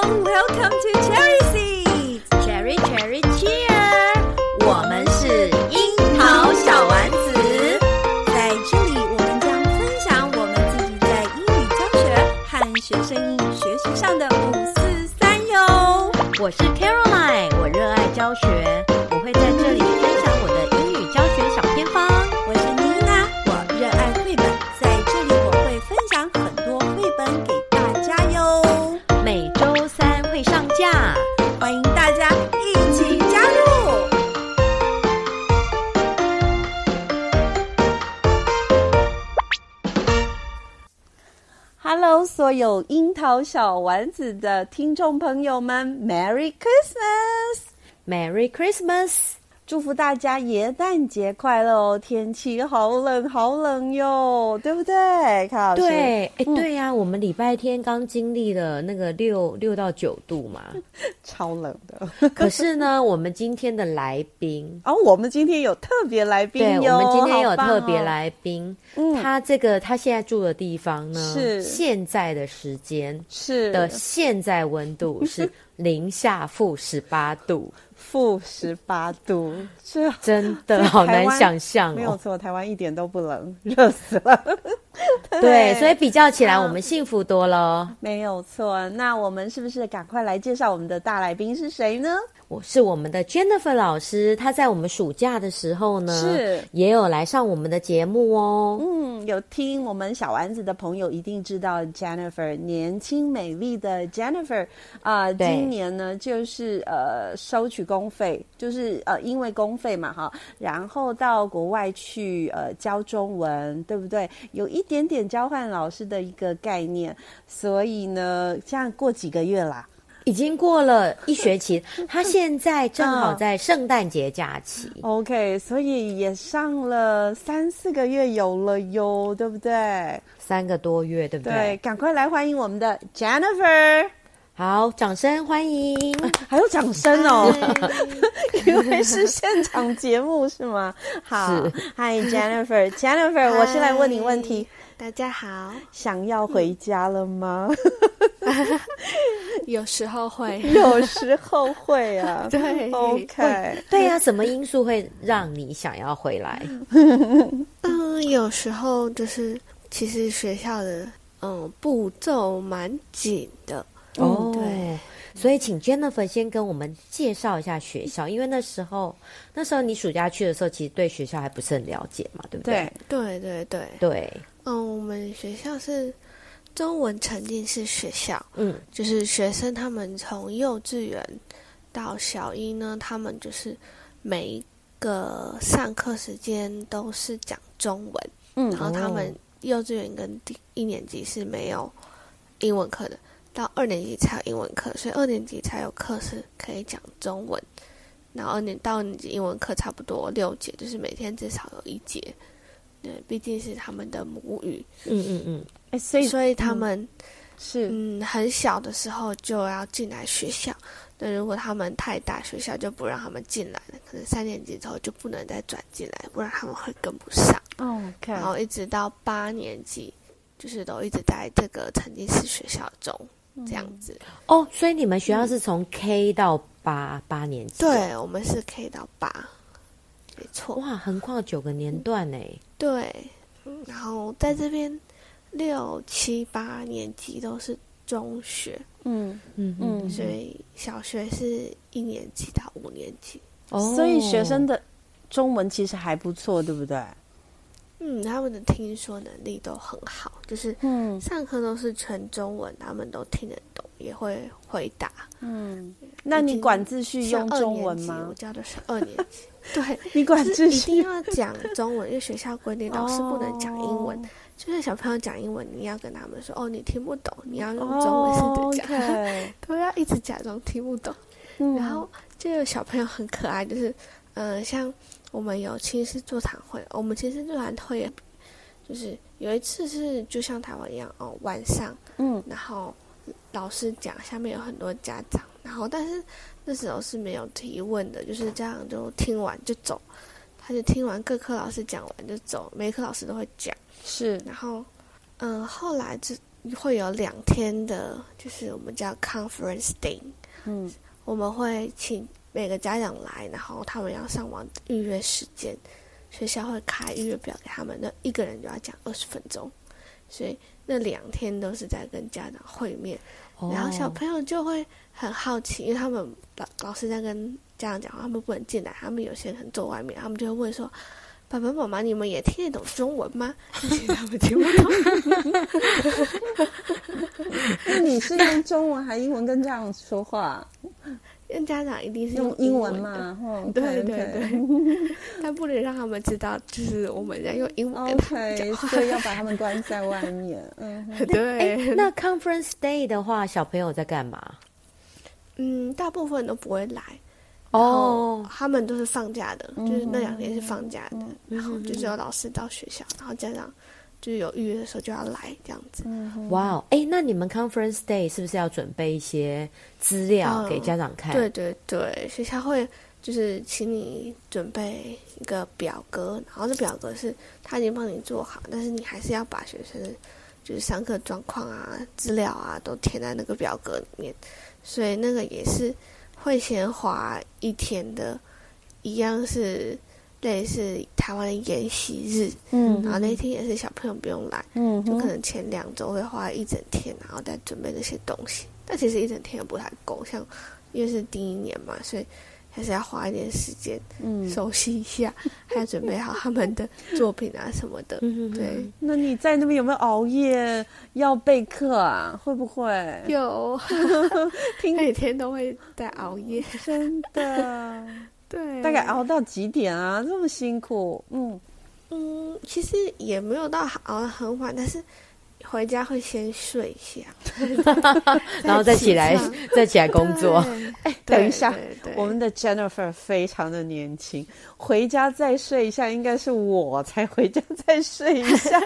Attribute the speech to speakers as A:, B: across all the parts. A: Welcome to Cherry Seeds. Cherry, Cherry, Cheer. 我们是樱桃小丸子，在这里我们将分享我们自己在英语教学和学生英语学习上的五四三哟。
B: 我是 Caroline，我热爱教学，我会在这里分享我的英语教学小偏方。
A: 我是妮娜，我热爱绘本，在这里我会分享很多绘本给大家哟。
B: 每周三会上架。
A: 欢迎大家一起加入。Hello，所有樱桃小丸子的听众朋友们，Merry Christmas！
B: Merry Christmas！
A: 祝福大家耶诞节快乐哦！天气好冷，好冷哟，对不对？卡老师，
B: 对，哎、
A: 嗯
B: 对呀、我们礼拜天刚经历了那个六六到九度 嘛，
A: 超冷的。
B: 可是呢，我们今天的来宾，
A: 然后我们今天有特别来宾
B: 对
A: 哟，
B: 我们今天有
A: 好棒哦
B: 特别来宾，
A: 嗯
B: 他这个他现在住的地方呢，
A: 是
B: 现在的时间
A: 是
B: 的现在温 度是零下负十八度，
A: 负十八度，这
B: 真的好难想象
A: 没有
B: 哦。
A: 错，台湾一点都不冷，热死了。
B: 对，所以比较起来，
A: 嗯
B: 我们幸福多了哦。
A: 没有错。那我们是不是赶快来介绍我们的大来宾是谁呢？
B: 我是我们的 Jennifer 老师，她在我们暑假的时候呢，
A: 是
B: 也有来上我们的节目哦。
A: 嗯，有听我们小丸子的朋友一定知道 Jennifer，年轻美丽的 Jennifer 啊、
B: 对
A: 今年呢就是呃收取公费，就是呃因为公费嘛哈，然后到国外去呃教中文，对不对？有一点点交换老师的一个概念，所以呢，这样过几个月啦，
B: 已经过了一 学期，她现在正好在圣诞节假期。
A: 嗯 OK，所以也上了三四个月有了哟，对不对？
B: 三个多月，对不对？
A: 对，赶快来欢迎我们的 Jennifer，
B: 好，掌声 欢迎！
A: 还有掌声 哦，因为是现场节目是吗？好
B: 是
A: ，Hi Jennifer，Jennifer，我是来问你问题，
C: 大家好，
A: 想要回家了 吗？
C: 有时候会
A: 有时候会啊，
C: 对
A: ，OK，
B: 对呀、什么因素会让你想要回来？
C: 嗯，有时候就是其实学校的嗯步骤蛮紧的，
B: 哦，
C: 对。
B: 所以，请 Jennifer 先跟我们介绍一下学校，因为那时候，那时候你暑假去的时候，其实对学校还不是很了解嘛，对不对？
A: 对，
C: 对对对，
B: 对，
C: 嗯，我们学校是中文沉浸式学校，
B: 嗯，
C: 就是学生他们从幼稚园到小一呢，他们就是每一个上课时间都是讲中文，
A: 嗯
C: 然后他们
B: 哦
C: 幼稚园跟第一年级是没有英文课的，到二年级才有英文课，所以二年级才有课是可以讲中文。然后二年到二年级英文课差不多六节，就是每天至少有一节。对，毕竟是他们的母语，
B: 嗯嗯嗯，
A: 哎，所以
C: 所以他们
A: 是
C: 嗯很小的时候就要进来学校。那如果他们太大，学校就不让他们进来了。可能三年级之后就不能再转进来，不然他们会跟不上。
A: OK，
C: 然后一直到八年级，就是都一直在这个沉浸式学校中
A: 嗯
C: 这样子。
B: 哦，所以你们学校是从 K 到八八年级，，
C: 对，我们是 K 到八，没错。
B: 哇，横跨九个年段欸呢。
C: 对，嗯然后在这边六七八年级都是中学，
A: 嗯
B: 嗯
A: 嗯，
C: 所以小学是一年级到五年级。
B: 哦
A: 所以学生的中文其实还不错，对不对？
C: 嗯，他们的听说能力都很好，就是
A: 嗯
C: 上课都是全中文，他们都听得懂，也会回答。
A: 嗯，那你管秩序用
C: 是二
A: 中
C: 年
A: 文
C: 级
A: 吗
C: 我？教的是二年 级，对，
A: 你管
C: 就是
A: 秩
C: 一定
A: 序
C: 要讲中文，因为学校规定老师不能讲英文。
A: 哦
C: 就算小朋友讲英文，你要跟他们说哦，你听不懂，你要用中文试着讲，
A: 哦，OK
C: 都要一直假装听不懂。
A: 嗯
C: 然后就有小朋友很可爱，就是嗯、呃像我们有亲师座谈会，我们亲师座谈会也就是有一次是就像台湾一样哦，晚上
A: 嗯
C: 然后老师讲，下面有很多家长，然后但是那时候是没有提问的，就是家长就听完就走，他就听完各科老师讲完就走，每一科老师都会讲，
A: 是
C: 然后嗯，后来就会有两天的，就是我们叫 conference day，
D: 嗯，
C: 我们会请每个家长来，然后他们要上网预约时间，学校会开预约表给他们，那一个人就要讲二十分钟，所以那两天都是在跟家长会面，
B: 哦
C: 然后
A: 哦
C: 小朋友就会很好奇，因为他们老老师在跟家长讲话，他们不能进来，他们有些人坐外面，他们就会问说：“爸爸妈妈，你们也听得懂中文吗？” 其实他们听不懂，
A: 那你是用中文还英文跟家长说话？
C: 因为家长一定是
A: 用英
C: 英
A: 文
C: 的，
A: 嘛？哦，
C: 对对对，但不能让 他们知道，就是我们在用英文跟他们
A: 嗯，OK，
C: 讲话。
A: 所以要把他们关在外面。嗯哼，
B: 哎、
C: 对，
B: 那 conference day 的话，小朋友在干嘛？
C: 嗯，大部分都不会来，
B: 哦，
C: 他们都是放假的，就是那两
A: 嗯
C: 天是放假的，然后就只有老师到学校，然后家长就是有预约的时候就要来这样子。
A: 嗯
B: 哇哦，哎，那你们 conference day 是不是要准备一些资料
C: 嗯
B: 给家长看？
C: 对，对对，学校会就是请你准备一个表格，然后这表格是他已经帮你做好，但是你还是要把学生的就是上课状况啊、资料啊都填在那个表格里面，所以那个也是会先花一天的，一样是类似台湾的研习日，
A: 嗯
C: 然后那天也是小朋友不用来，
A: 嗯
C: 就可
A: 哼，
C: 能前两周会花一整天，然后再准备那些东西。但其实一整天也不太够，像因为是第一年嘛，所以还是要花一点时间
A: 嗯，
C: 熟悉一下，还要准备好他们的作品啊什么的。
B: 嗯，
C: 对，
A: 那你在那边有没有熬夜要备课啊？会不会？
C: 有，每天都会在熬夜，
A: 真的，
C: 对，
A: 大概熬到几点啊？这么辛苦，嗯，
C: 嗯，其实也没有到熬得很晚，但是回家会先睡一下，
B: 然后再起来
C: 起，
B: 再起来工作。
C: 对。
A: 哎，
C: 对
A: 等一下
C: 对对，
A: 我们的 Jennifer 非常的年轻，回家再睡一下，应该是我才回家再睡一 下，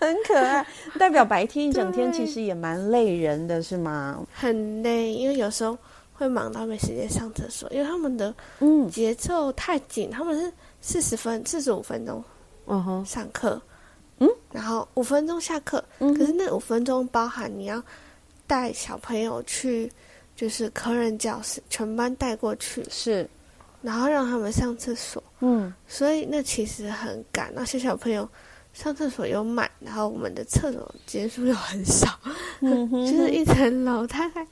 A: 很可爱，代表白天一整 天其实也蛮累人的，是吗？
C: 很累，因为有时候会忙到没时间上厕所，因为他们的
A: 嗯，
C: 节奏太紧，他们是四十分、四十五分钟
B: 嗯哼，
C: 上课，
A: 嗯，
C: 然后五分钟下课，
A: 嗯哼
C: 可是那五分钟包含你要带小朋友去，就是科任教室，全班带过去，
A: 是，
C: 然后让他们上厕所，
A: 嗯，
C: 所以那其实很赶，那些小朋友。上厕所又慢，然后我们的厕所间数又很少，
A: 嗯哼
C: 就是一层楼大概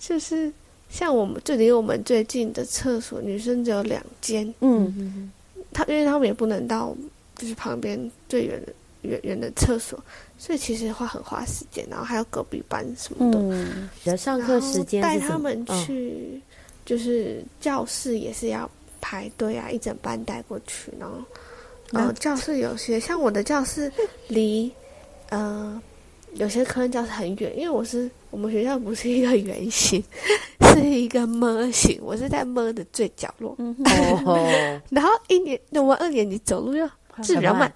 C: 就是像我们就离我们最近的厕所，女生只有两间，
A: 嗯
C: 他因为他们也不能到就是旁边最远的远远的厕所，所以其实花很花时间，然后还有隔壁班什么的，
A: 嗯
B: 你的上
C: 然
B: 课
C: 后
B: 时间是
C: 带
B: 什
C: 他
B: 么？嗯哦
C: 们去、就是教室也是要排队啊，一整班带过去，然后然后教室有些像我的教室离呃有些科任教室很远，因为我是我们学校不是一个圆形， 是一个么形，我是在么的最角落，
A: 嗯哼，
B: 哦，
C: 然后一年，那我二年级走路就是比较
B: 很
C: 慢，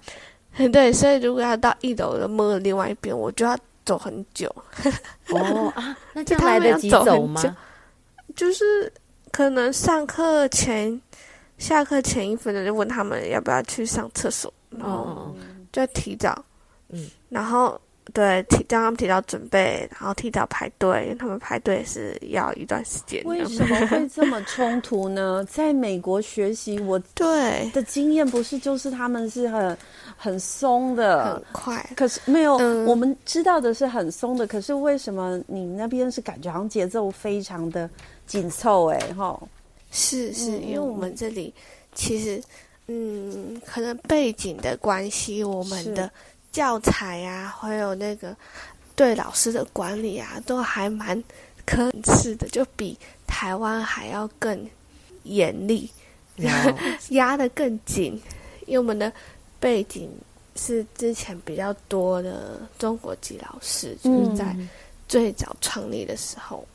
C: 对，所以如果要到一楼的摸的另外一边，我就要走很久，
B: 哦啊，那这样
C: 就他
B: 来
C: 们
B: 得
C: 要
B: 及
C: 走很
B: 吗？
C: 久就是可能上课前、下课前一分钟就问他们要不要去上厕所，然后
B: 哦，
C: 就要提早，
B: 嗯，
C: 然后对提让他们提早准备，然后提早排队，因为他们排队是要一段时间 的，
A: 为什么会这么冲突呢？在美国学习，我
C: 对，
A: 的经验不是就是他们是很很松的
C: 很，快，
A: 可是没有，
C: 嗯
A: 我们知道的是很松的，可是为什么你那边是感觉好像节奏非常的紧凑、哎，哈，
C: 是是，
A: 嗯
C: 因为我
A: 嗯
C: 们这里其实，嗯，可能背景的关系，我
A: 是
C: 们的教材啊，还有那个对老师的管理啊，都还蛮科式的，就比台湾还要更严厉，压得更紧，因为我们的背景是之前比较多的中国籍老师，就是在
B: 嗯
C: 最早创立的时候，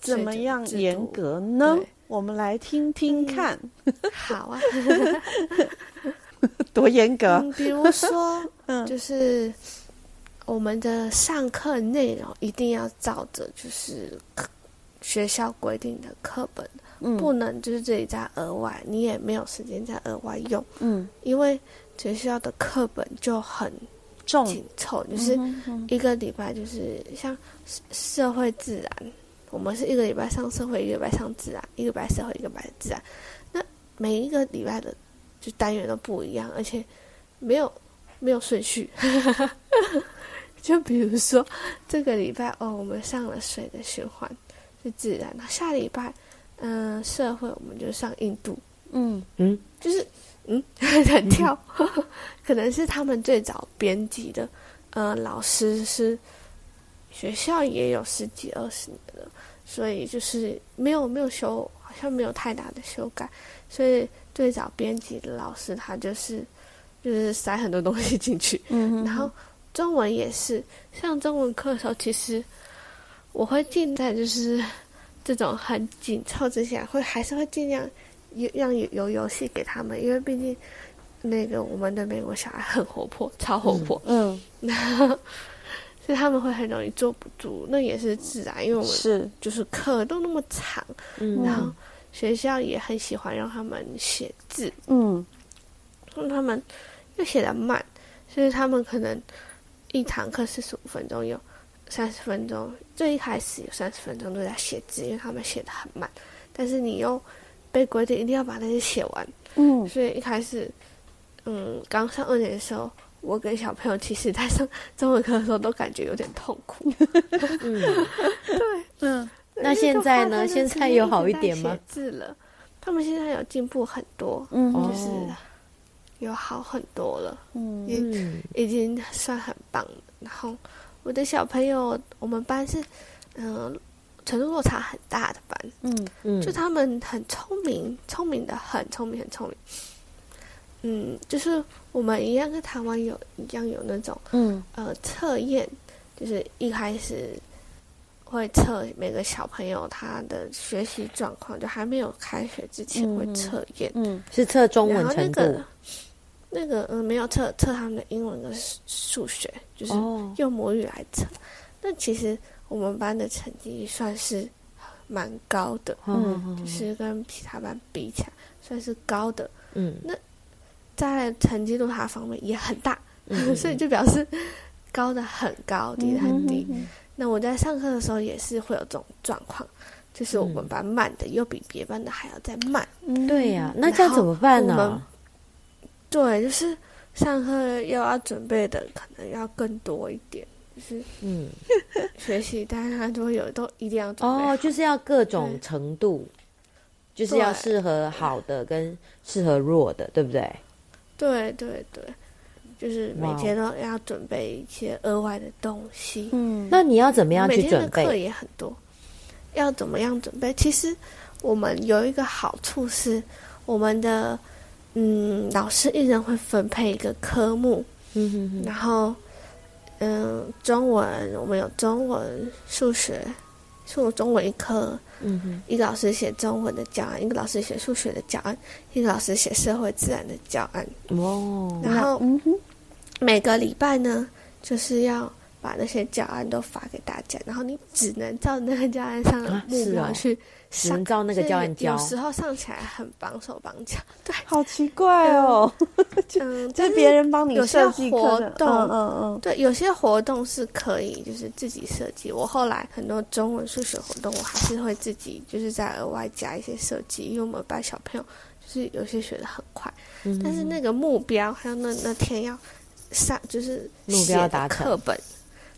A: 怎么样
C: 所以整
A: 严
C: 个制度
A: 格呢
C: 对？
A: 我们来听听看，
C: 好啊。
A: 多严格，，
C: 嗯，比如说
A: 嗯
C: 就是我们的上课内容一定要照着就是课学校规定的课本，
A: 嗯
C: 不能就是自己再额外，你也没有时间再额外用，
A: 嗯，
C: 因为学校的课本就很
A: 重，
C: 紧凑，就是
A: 嗯哼
C: 一个礼拜就是像社社会自然。我们是一个礼拜上社会，一个礼拜上自然，一个礼拜社会，一个礼拜自然。那每一个礼拜的就单元都不一样，而且没有没有顺序。 就比如说这个礼拜哦，我们上了水的循环是自然，那下礼拜嗯、社会我们就上印度，
A: 嗯，
C: 就是嗯 很跳，可能是他们最早编辑的，呃，老师是学校也有十几二十年了，所以就是没有没有修，好像没有太大的修改，所以最早编辑的老师他就是就是塞很多东西进去，
A: 嗯
C: 然后中文也是，上中文课的时候，其实我会尽在就是 这种很紧凑之下，会还是会尽量有让有有游戏给他们，因为毕竟那个我们的美国小孩很活泼，超活泼，
A: 嗯，
C: 所以他们会很容易坐不住，那也是自然，因为我们
A: 是，
C: 就是课都那么长，
B: 嗯
C: 然后学校也很喜欢让他们写字，
A: 嗯
C: 那他们又写的慢，所以他们可能一堂课四十五分钟有三十分钟，最一开始有三十分钟都在写字，因为他们写的很慢。但是你又被规定一定要把那些写完，
A: 嗯
C: 所以一开始，嗯，刚上二年的时候，我跟小朋友其实在上中文课的时候都感觉有点痛苦。
B: 嗯，
A: 嗯
B: 那现在呢现在有好一点吗？
C: 字了，他们现在有进步很多，
A: 嗯
B: 哦
C: 就是有好很多了。
A: 嗯
B: 嗯
C: 已经算很棒了。然后我的小朋友，我们班是，嗯、程度落差很大的班，
A: 嗯
B: 嗯，
C: 就他们很聪明，聪明的很，聪明很聪明。嗯，就是我们一样跟台湾有一样有那种
A: 嗯
C: 呃测验，就是一开始会测每个小朋友他的学习状况，就还没有开学之前会
A: 嗯
C: 测验。
A: 嗯
B: 是测中文
C: 然后那
B: 程度
C: 个那个嗯，没有测测他们的英文跟数数学，就是
B: 哦，
C: 用母语来测。那其实我们班的成绩算是蛮高的，
B: 嗯
C: 就是跟其他班比起来算是高的，
B: 嗯
C: 在成绩落差方面也很大，
B: 嗯
C: 所以就表示高的很高，低的很低。
A: 嗯
C: 那我在上课的时候也是会有这种状况，就是我们
B: 嗯
C: 班慢的又比别班的还要再慢。
A: 嗯
B: 对呀、那这样怎么办呢、
C: 然后我们对，就是上课又要准备的可能要更多一点，就是
B: 嗯，
C: 学习，但是他都有都一定要准备好。
B: 哦，就是要各种
C: 对
B: 程度，就是要
C: 对
B: 适合好的跟适合弱的，对不对？
C: 对对对，就是每
B: 哇哦
C: 天都要准备一些额外的东西。
A: 嗯
B: 那你要怎么样
C: 每
B: 去
C: 天的
B: 准
C: 课
B: 备？
C: 也很多，要怎么样准备？其实我们有一个好处是，我们的嗯，老师一人会分配一个科目，
B: 嗯哼哼
C: 然后，嗯，中文我们有中文、数学，是我中文一科，
B: 嗯哼，
C: 一个老师写中文的教案，一个老师写数学的教案，一个老师写社会自然的教案。
B: 哦，
C: 然后
A: 嗯哼
C: 每个礼拜呢，就是要把那些教案都发给大家，然后你只能照那个教案上的
B: 啊
C: 目
B: 是
C: 标
B: 哦
C: 去
B: 只
C: 上。
B: 能照那个
C: 所以
B: 教案教
C: 有，时候上起来很绑手绑脚，对，
A: 好奇怪哦， 这
C: 嗯，
A: 是
C: 但是
A: 别人帮你
C: 有些
A: 设计课的
C: 活动
A: 嗯嗯
C: 对，有些活动是可以就是自己设计。我后来很多中文、数学活动，我还是会自己就是在额外加一些设计，因为我们班小朋友就是有些学的很快，
B: 嗯
C: 但是那个目标还有那那天要上就是
B: 目标
C: 写的
B: 达成
C: 课本，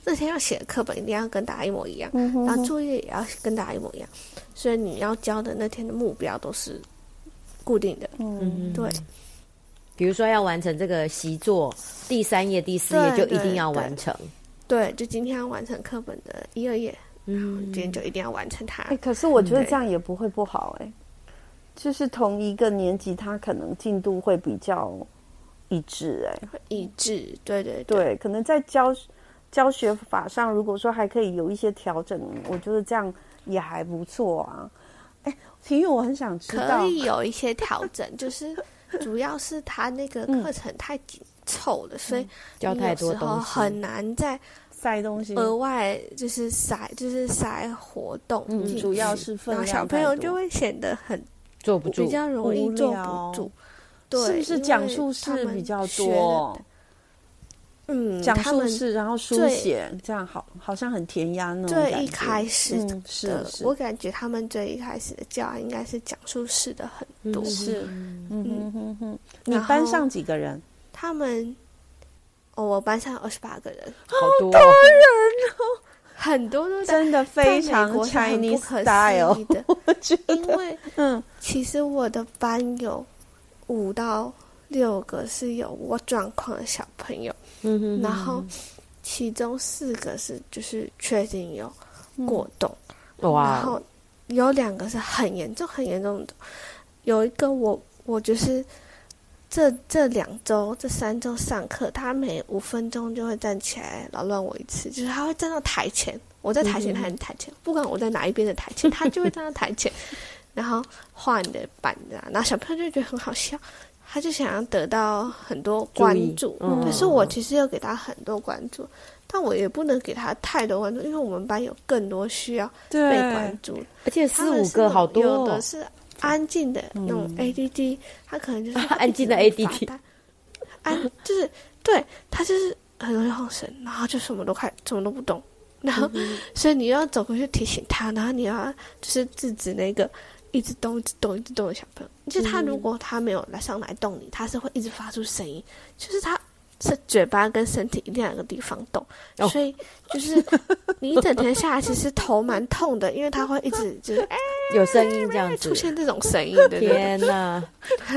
C: 那天要写的课本一定要跟大家一模一样，
A: 嗯哼，
C: 然后作业也要跟大家一模一样，所以你要交的那天的目标都是固定的，
A: 嗯
C: 对。
B: 比如说要完成这个习作第三页、第四页，就
C: 对
B: 一定要
C: 对
B: 完成。
C: 对，就今天要完成课本的一二页，
B: 嗯
C: 今天就一定要完成它。
A: 哎，可是我觉得
C: 嗯
A: 这
C: 对
A: 样也不会不好哎，就是同一个年级，他可能进度会比较一致哎。
C: 一致，对对对，
A: 对，可能在教教学法上，如果说还可以有一些调整，我觉得这样也还不错啊。哎，婷玉，我很想知道
C: 可，以啊有一些调整， 就是主要是他那个课程太紧凑
A: 嗯
C: 了，所以
B: 教
C: 你
B: 太
C: 有
B: 多
C: 时候
B: 东西
C: 很难再
A: 塞东西，
C: 额外就是塞就是塞活动进去，
A: 嗯主要是分
C: 嗯然后
A: 量
C: 小朋友就
A: 会
C: 会显得很
B: 坐不
C: 比
B: 住，
C: 较容易
A: 无
C: 坐
A: 聊
C: 不住。对，
A: 是不是
C: 因
A: 讲
C: 为
A: 述
C: 他
A: 是
C: 们
A: 比较
C: 学的
A: 多？
C: 嗯，
A: 讲
C: 他
A: 述
C: 们
A: 事，然后书
C: 最
A: 写，这样好，好像很填鸭那种
C: 最
A: 感
C: 一
A: 觉
C: 开始
A: 嗯，是
C: 的，
A: 是
C: 我感觉他们最一开始的教案应该是讲述式的很多。
A: 是，嗯哼哼哼。你
C: 然后
A: 班上几个人？
C: 他们，哦，我班上有二十八个人，
A: 好多哦，
C: 很多都在
A: 真的非常 Chinese style。
C: 的，
A: 我觉得，
C: 因为
A: 嗯，
C: 其实我的班有五到六个是有我状况的小朋友，
B: 嗯哼，
C: 然后其中四个是就是确定有
A: 嗯
C: 过动，
B: 哇
C: 然，后有两个是很严重、很严重的，有一个我我就是这这两周、这三周上课，他每五分钟就会站起来扰乱我一次，就是他会站到台前，我在台前，他在台前，不管我在哪一边的台前，他就会站到台前，然后画你的板子啊，然后小朋友就觉得很好笑。他就想要得到很多关注，
B: 嗯
C: 可是我其实要给他很多关注，但我也不能给他太多关注，因为我们班有更多需要被
A: 对
C: 关，注。
B: 而且
C: 他
B: 四
C: 们
B: 五
C: 是那
B: 个
C: 种
B: 好多、
C: 有
B: 哦嗯
C: 的，是安静的那种 ADD，、他可能就是
B: 啊安静的
C: 一直
B: ADD
C: 发呆安就是对他就是很容易晃神，然后就什么都看，什么都不懂，然后、
B: 嗯
C: 所以你要走过去提醒他，然后你要就是制止那个。一直动、一直动、一直动的小朋友，就是他
B: 嗯
C: 如果他没有来上来动你，他是会一直发出声音，就是他是嘴巴跟身体一定要有个地方动，
B: 哦
C: 所以就是你一整天下来，其实头蛮痛的，因为他会一直就是哎
B: 有声音这样子
C: 出。现这种声音，对对对
B: 天 哪，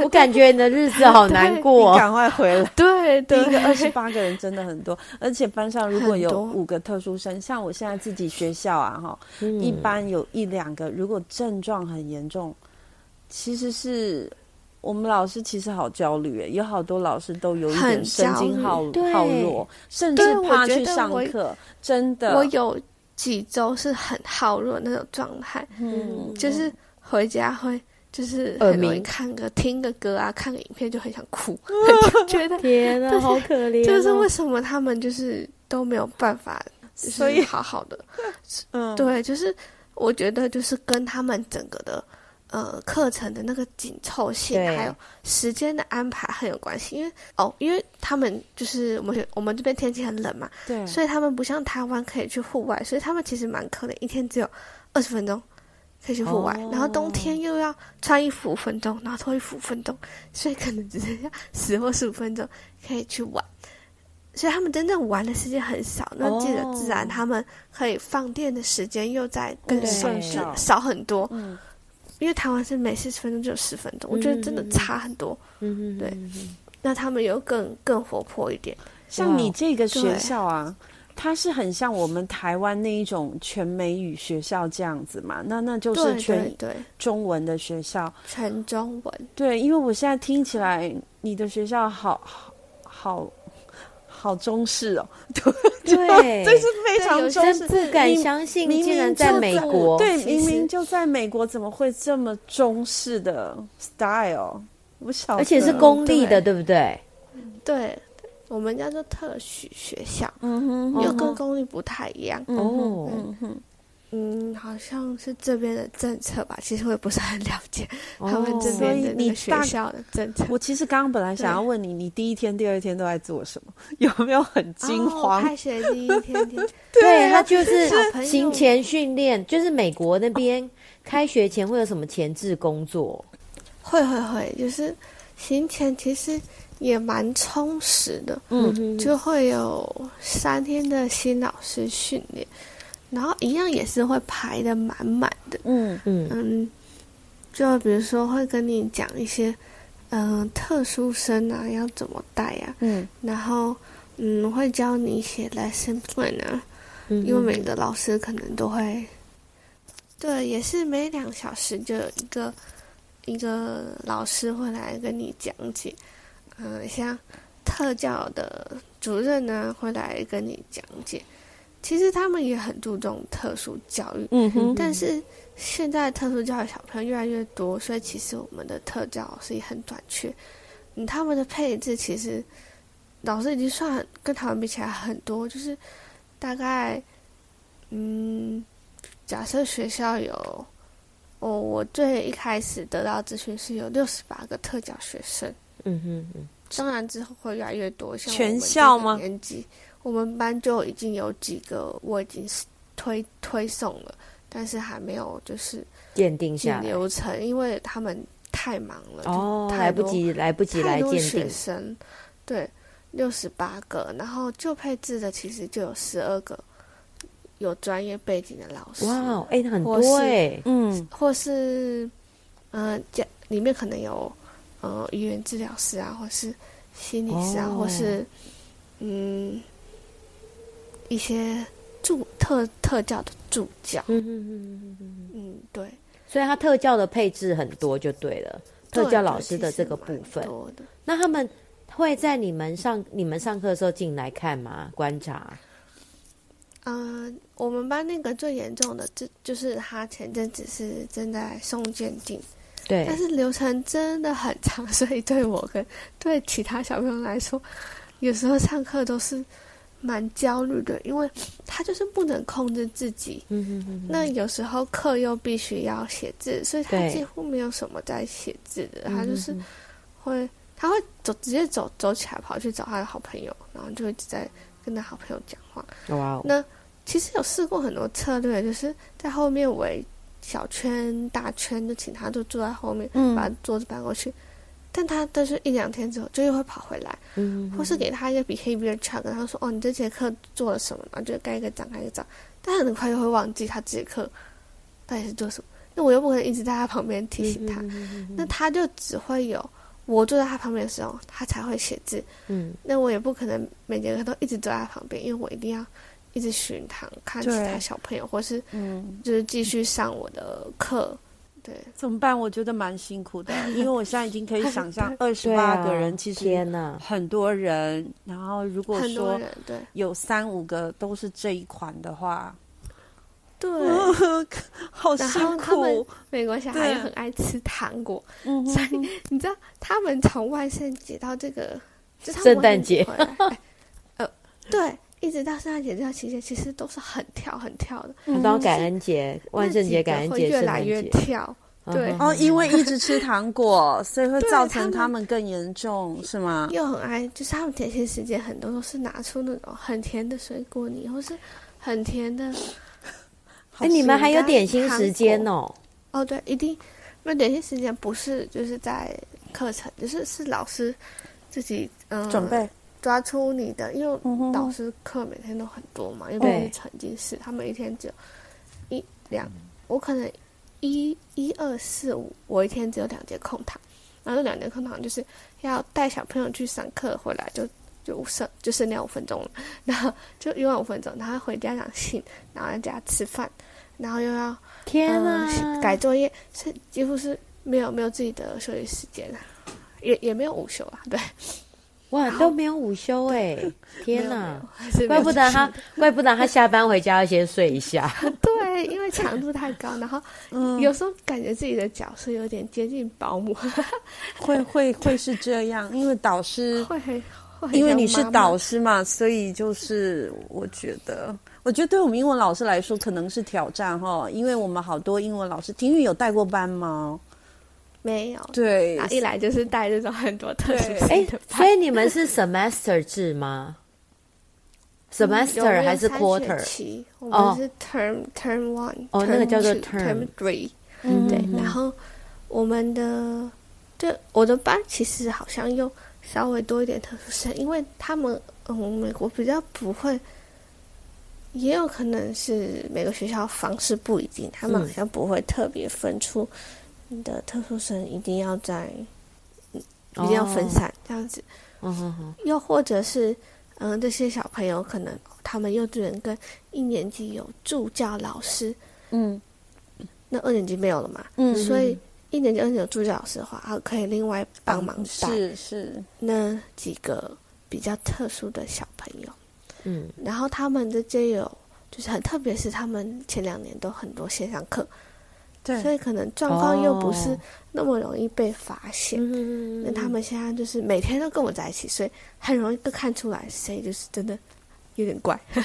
B: 我感觉你的日子好难过
A: 你。赶快回来。
C: 对
A: 第一
C: 对，
A: 个二十八个人真的很多，而且班上如果有
C: 很多
A: 五个特殊生，像我现在自己学校啊，哈，一般有一两个，如果症状很严重，其实是我们老师其实好焦虑耶，有好多老师都有一点
C: 很
A: 神经
C: 焦
A: 耗
B: 对
A: 耗弱，甚至
C: 对我
A: 怕
C: 觉
A: 去
C: 得
A: 上
C: 我
A: 课，真的，
C: 我有几周是很耗弱那种状态，
A: 嗯，
C: 就是回家会就是
B: 耳
C: 很容易
B: 鸣
C: 看个听个歌啊，看个影片就很想哭， 就觉得
A: 啊
B: 天哪，
C: 对
B: 好可怜哦、
C: 就是为什么他们就是都没有办法，就
A: 所以
C: 是好好的，
A: 嗯，
C: 对，就是我觉得就是跟他们整个的呃课程的那个紧凑性，
B: 对
C: 还有时间的安排很有关系。因为哦，因为他们就是我们我们这边天气很冷嘛，
A: 对，
C: 所以他们不像台湾可以去户外，所以他们其实蛮可怜，一天只有二十分钟可以去户外，
A: 哦
C: 然后冬天又要穿衣服五分钟，然后脱衣服五分钟，所以可能只剩下十或十五分钟可以去玩。所以他们真正玩的时间很少，那记得自然他们可以放电的时间又在更
A: 对
C: 少，
A: 更
C: 就
A: 少
C: 少很多。
A: 嗯，
C: 因为台湾是每四十分钟只有十分钟，我觉得真的差很多。
B: 嗯
C: 对那他们又更更活泼一点，
A: 像你
B: 哇
A: 这个学
C: 对
A: 校啊，它是很像我们台湾那一种全美语学校这样子嘛，那那就是
C: 对对
A: 全
C: 对，
A: 中文的学校。
C: 全中文。
A: 对，因为我现在听起来你的学校好好好好中式哦，
B: 对，
A: 这是非常
C: 有
A: 中
B: 真
A: 式。
B: 不敢
A: 明
B: 相信，
A: 明
B: 竟然
A: 明
B: 在
A: 就
B: 美国。
A: 对，
C: 其
A: 明明
C: 实
A: 就在美国，怎么会这么中式的 style？不晓
C: 哦
A: 得，
B: 而且是公立的，对不对？
C: 对，我们叫做特许学校，
A: 嗯哼，
C: 又跟公立不太一样。
B: 哦，
A: 嗯哼，
C: 嗯，好像是这边的政策吧，其实我也不是很了解
B: 哦
C: 他们这
A: 所以
C: 边的那
A: 你
C: 个学
A: 大
C: 校的政策。
A: 我其实刚刚本来想要问你，你第一天、第二天都在做什么？ 有没有很惊
C: 哦、
A: 慌？
C: 开学第一天天，
B: 对，他就是
C: 小朋友
B: 行前训练，就是美国那边开学前会有什么前置工作？
C: 会会会，就是行前其实也蛮充实的，
B: 嗯，
C: 就会有三天的新老师训练，然后一样也是会排的满满的。
A: 嗯
B: 嗯
C: 嗯，就比如说会跟你讲一些，嗯、特殊生啊要怎么带啊，
A: 嗯
C: 然后嗯会教你写 lesson plan 啊，
B: 嗯，
C: 因为每个老师可能都会，对，也是每两小时就有一个一个老师会来跟你讲解，嗯、像特教的主任呢会来跟你讲解，其实他们也很注重特殊教育，
A: 嗯哼，
C: 但是现在特殊教育小朋友越来越多，所以其实我们的特教老师也很短缺。嗯，他们的配置其实老师已经算很跟台湾比起来很多，就是大概嗯，假设学校有哦我、我最一开始得到资讯是有六十八个特教学生，
B: 嗯哼嗯
C: 当然之后会越来越多，像
A: 全
C: 我们
A: 校
C: 这个
A: 吗
C: 年级我们班就已经有几个我已经是推推送了，但是还没有就是
B: 鉴定
C: 进
B: 下来，
C: 流程，因为他们太忙了，就
B: 哦，
C: 太
B: 来不
C: 多
B: 及，来不及来
C: 太多
B: 鉴
C: 学
B: 定，
C: 生，对，六十八个，然后就配置的其实就有十二个有专业背景的老师，
B: 哇哦，哎、那很
C: 或是
B: 多哎、
A: 嗯，
C: 或是嗯，家、里面可能有呃语言治疗师啊，或是心理师啊，
B: 哦
C: 或是嗯一些助特特教的助教，
B: 嗯嗯嗯嗯，
C: 嗯，对，
B: 所以他特教的配置很多就对了，特
C: 对
B: 教
C: 对
B: 老师
C: 其
B: 的
C: 实
B: 这个
C: 蛮
B: 部分，
C: 多的
B: 那他们会在你们上你们上课的时候进来看吗？观察？
C: 嗯、我们班那个最严重的，就就是他前阵子是正在送鉴定，
B: 对
C: 但，是流程真的很长， 所以对我跟对其他小朋友来说，有时候上课都是蛮焦虑的，因为他就是不能控制自己。
B: 嗯嗯嗯，
C: 那有时候课又必须要写字，所以他
B: 对
C: 几乎没有什么在写字的，
B: 嗯
C: 他就是
B: 嗯
C: 会他会走直接走走起来跑去找他的好朋友，然后就一直在跟他好朋友讲话。
B: 嗯哇哦，
C: 那其实有试过很多策略，就是在后面围小圈、大圈，就请他就坐在后面，
A: 嗯
C: 把桌子搬过去。但他但是一两天之后就又会跑回来，
B: 嗯
C: 或是给他一个 behavior check，跟他说哦，你这节课做了什么，然后就盖一个章，盖一个章。但他很快又会忘记他这节课到底是做什么。那我又不可能一直在他旁边提
B: 嗯
C: 醒
A: 嗯
C: 他，
B: 啊
C: 那他就只会有我坐在他旁边的时候，他才会写字。
B: 嗯，
C: 那我也不可能每节课都一直坐在他旁边，因为我一定要一直巡堂看其
A: 对
C: 他小朋友，或是
A: 嗯，
C: 就是继续上我的课。对，
A: 怎么办？我觉得蛮辛苦的，因为我现在已经可以想象二十
B: 对
A: 八
B: 啊，
A: 个人，其实
B: 天哪，
A: 很多人，然后如果
C: 很多
A: 说
C: 人对
A: 有三五个都是这一款的话，
C: 对，
A: 好
C: 然
A: 辛
C: 后他们
A: 苦。
C: 美国小孩
A: 对
C: 也很爱吃糖果，
A: 嗯哼
C: 所以你知道他们从万圣节到这个，就他们
B: 圣诞节
C: 回 来，哎呃，对，一直到圣诞节这段期间，其实都是很跳很跳的，
B: 然后感恩节、万圣节、感恩
C: 嗯那几
B: 节、
C: 个会越
B: 圣
C: 来
B: 诞
C: 越
B: 节，
C: 跳。对哎
B: 嗯
A: 哦，因为一直吃糖果，所以会
C: 对
A: 造成
C: 他
A: 他
C: 们
A: 们更严重，是吗？
C: 又很爱，就是他们甜心时间很多都是拿出那种很甜的水果泥，或是很甜的。
B: 哎，你们还有点心
C: 糖
B: 时间
C: 果
B: 哦，
C: 哦，对，一定，那点心时间不是就是在课程，就是是老师自己嗯、呃
A: 准备，
C: 抓出你的，因为
A: 嗯哼
C: 导
A: 哼，
C: 师课每天都很多嘛，因
B: 对
C: 为是沉浸式，他们一天只有一两，我可能一一二四五，我一天只有两节空堂，然后那两节空堂就是要带小朋友去上课，回来就就剩就剩那五分钟了， 然后就用完五分钟，然后回家长信，然后在家吃饭，然后又要
B: 天
C: 嗯
A: 啊
B: 哪，
C: 改作业，是几乎是没有没有自己的休息时间啊，也也没有午休啊，对，
B: 哇都没有午休哎，天
C: 没有
B: 哪，，
C: 没有是没有
B: 怪不得
C: 午休
B: 他，怪不得他下班回家要先睡一 下，
C: 对，因为强度太高，然后
A: 嗯，
C: 有时候感觉自己的角色有点接近保姆，
A: 会会会是这样，因为导师，
C: 会很会
A: 因为你是导
C: 师，
A: 师嘛，所以就是我觉得，我觉得对我们英文老师来说可能是挑战哈，因为我们好多英文老师，婷宇有带过班吗？
C: 没有，
A: 对
C: 啊，一来就是带这种很多特殊
A: 对
C: 性
B: 哎
C: 的，班
B: 所以你们是 semester 制吗？semester 还是
C: 嗯有没有
B: quarter？
C: 三学期我
B: 哦
C: 们是 term term one，
B: 哦那个叫做
C: term
B: term
C: three，
A: 嗯
C: 对
A: 嗯，
C: 然后我们的对我的班其实好像又稍微多一点特殊生，因为他们嗯美国比较不会，也有可能是每个学校方式不一定，他
B: 嗯
C: 们好像不会特别分出你的特殊生一定要在，嗯一定要分
B: 哦
C: 散、这样子，
B: 嗯哼哼，
C: 又或者是，嗯、这些小朋友可能他们幼稚园跟一年级有助教老师，
A: 嗯
C: 那二年级没有了嘛，
A: 嗯
C: 所以一年级、二年级有助教老师的话，他可以另外帮忙
A: 嗯
C: 带
A: 是是，
C: 那几个比较特殊的小朋友。
B: 嗯，
C: 然后他们这届有，就是很特别，是他们前两年都很多线上课，所
A: 对，
C: 以可能状况又不是
B: 哦
C: 那么容易被发现。
B: 嗯
C: 那他们现在就是每天都跟我在一起，所以很容易就看出来谁就是真的有点怪，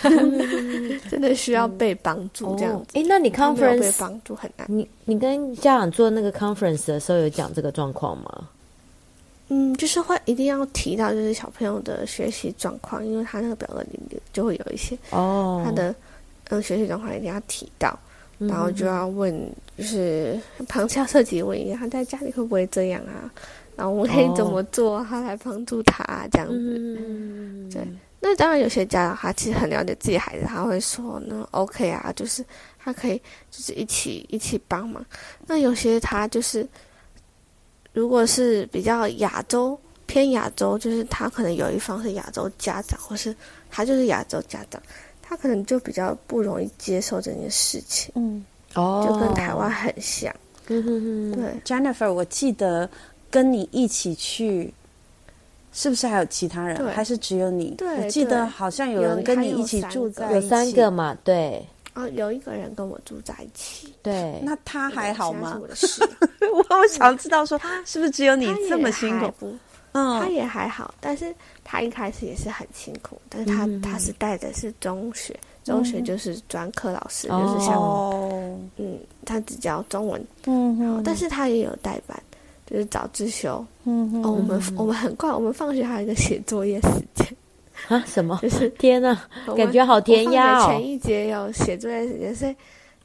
C: 真的需要被帮助这样
B: 嗯哦
C: 子。
B: 哎，那你
C: 他没有被
B: conference，
C: 帮助很难。
B: 你你跟家长做那个 conference 的时候有讲这个状况吗？
C: 嗯，就是会一定要提到就是小朋友的学习状况，因为他那个表格里面就会有一些
B: 哦，嗯
C: 他的嗯学习状况一定要提到，然后就要问，就是旁敲侧击问一下他在家里会不会这样啊，然后我可以
B: 哦
C: 怎么做啊，他来帮助他、啊、这样子。
B: 嗯，
C: 对那当然，有些家长他其实很了解自己孩子，他会说那 OK 啊，就是他可以就是一起一起帮忙。那有些他就是，如果是比较亚洲偏亚洲，就是他可能有一方是亚洲家长，或是他就是亚洲家长，他可能就比较不容易接受这件事情，
A: 嗯
B: 哦，
C: 就跟台湾很像。
B: 嗯哼哼，
C: 对，
A: ，Jennifer，我记得跟你一起去，是不是还有其他人
C: 对？
A: 还是只有你？
C: 对
A: 我记
C: 对
A: 得好像有
C: 有
A: 人跟
C: 还
A: 你
C: 有
A: 一起
C: 三
A: 住
C: 个
A: 在
B: 有
A: 一起
B: 三个嘛，对
C: 然后哦有一个人跟我住在一起，
B: 对，
A: 那他还好吗
C: 现在是？我的室友
A: 我我想知道说，是不是只有 你
C: 他也
A: 这么辛
C: 还
A: 苦？
C: 不他
A: 嗯，
C: 也还好，但是他一开始也是很辛苦，但是
A: 嗯
C: 他、他是带的是中学，中学就是专科老师，就是像、
B: 哦
A: 哦，
C: 嗯，他只教中文，
A: 嗯哼，
C: 但是他也有代班，就是早自修。
A: 嗯哼
C: 哦，我们我们很快，我们放学还有一个写作业时间，
B: 啊什么？
C: 就是
B: 天呐，
C: 我
B: 感觉好填鸭
C: 我放学
B: 哦
C: 前！一节有写作业时间，所以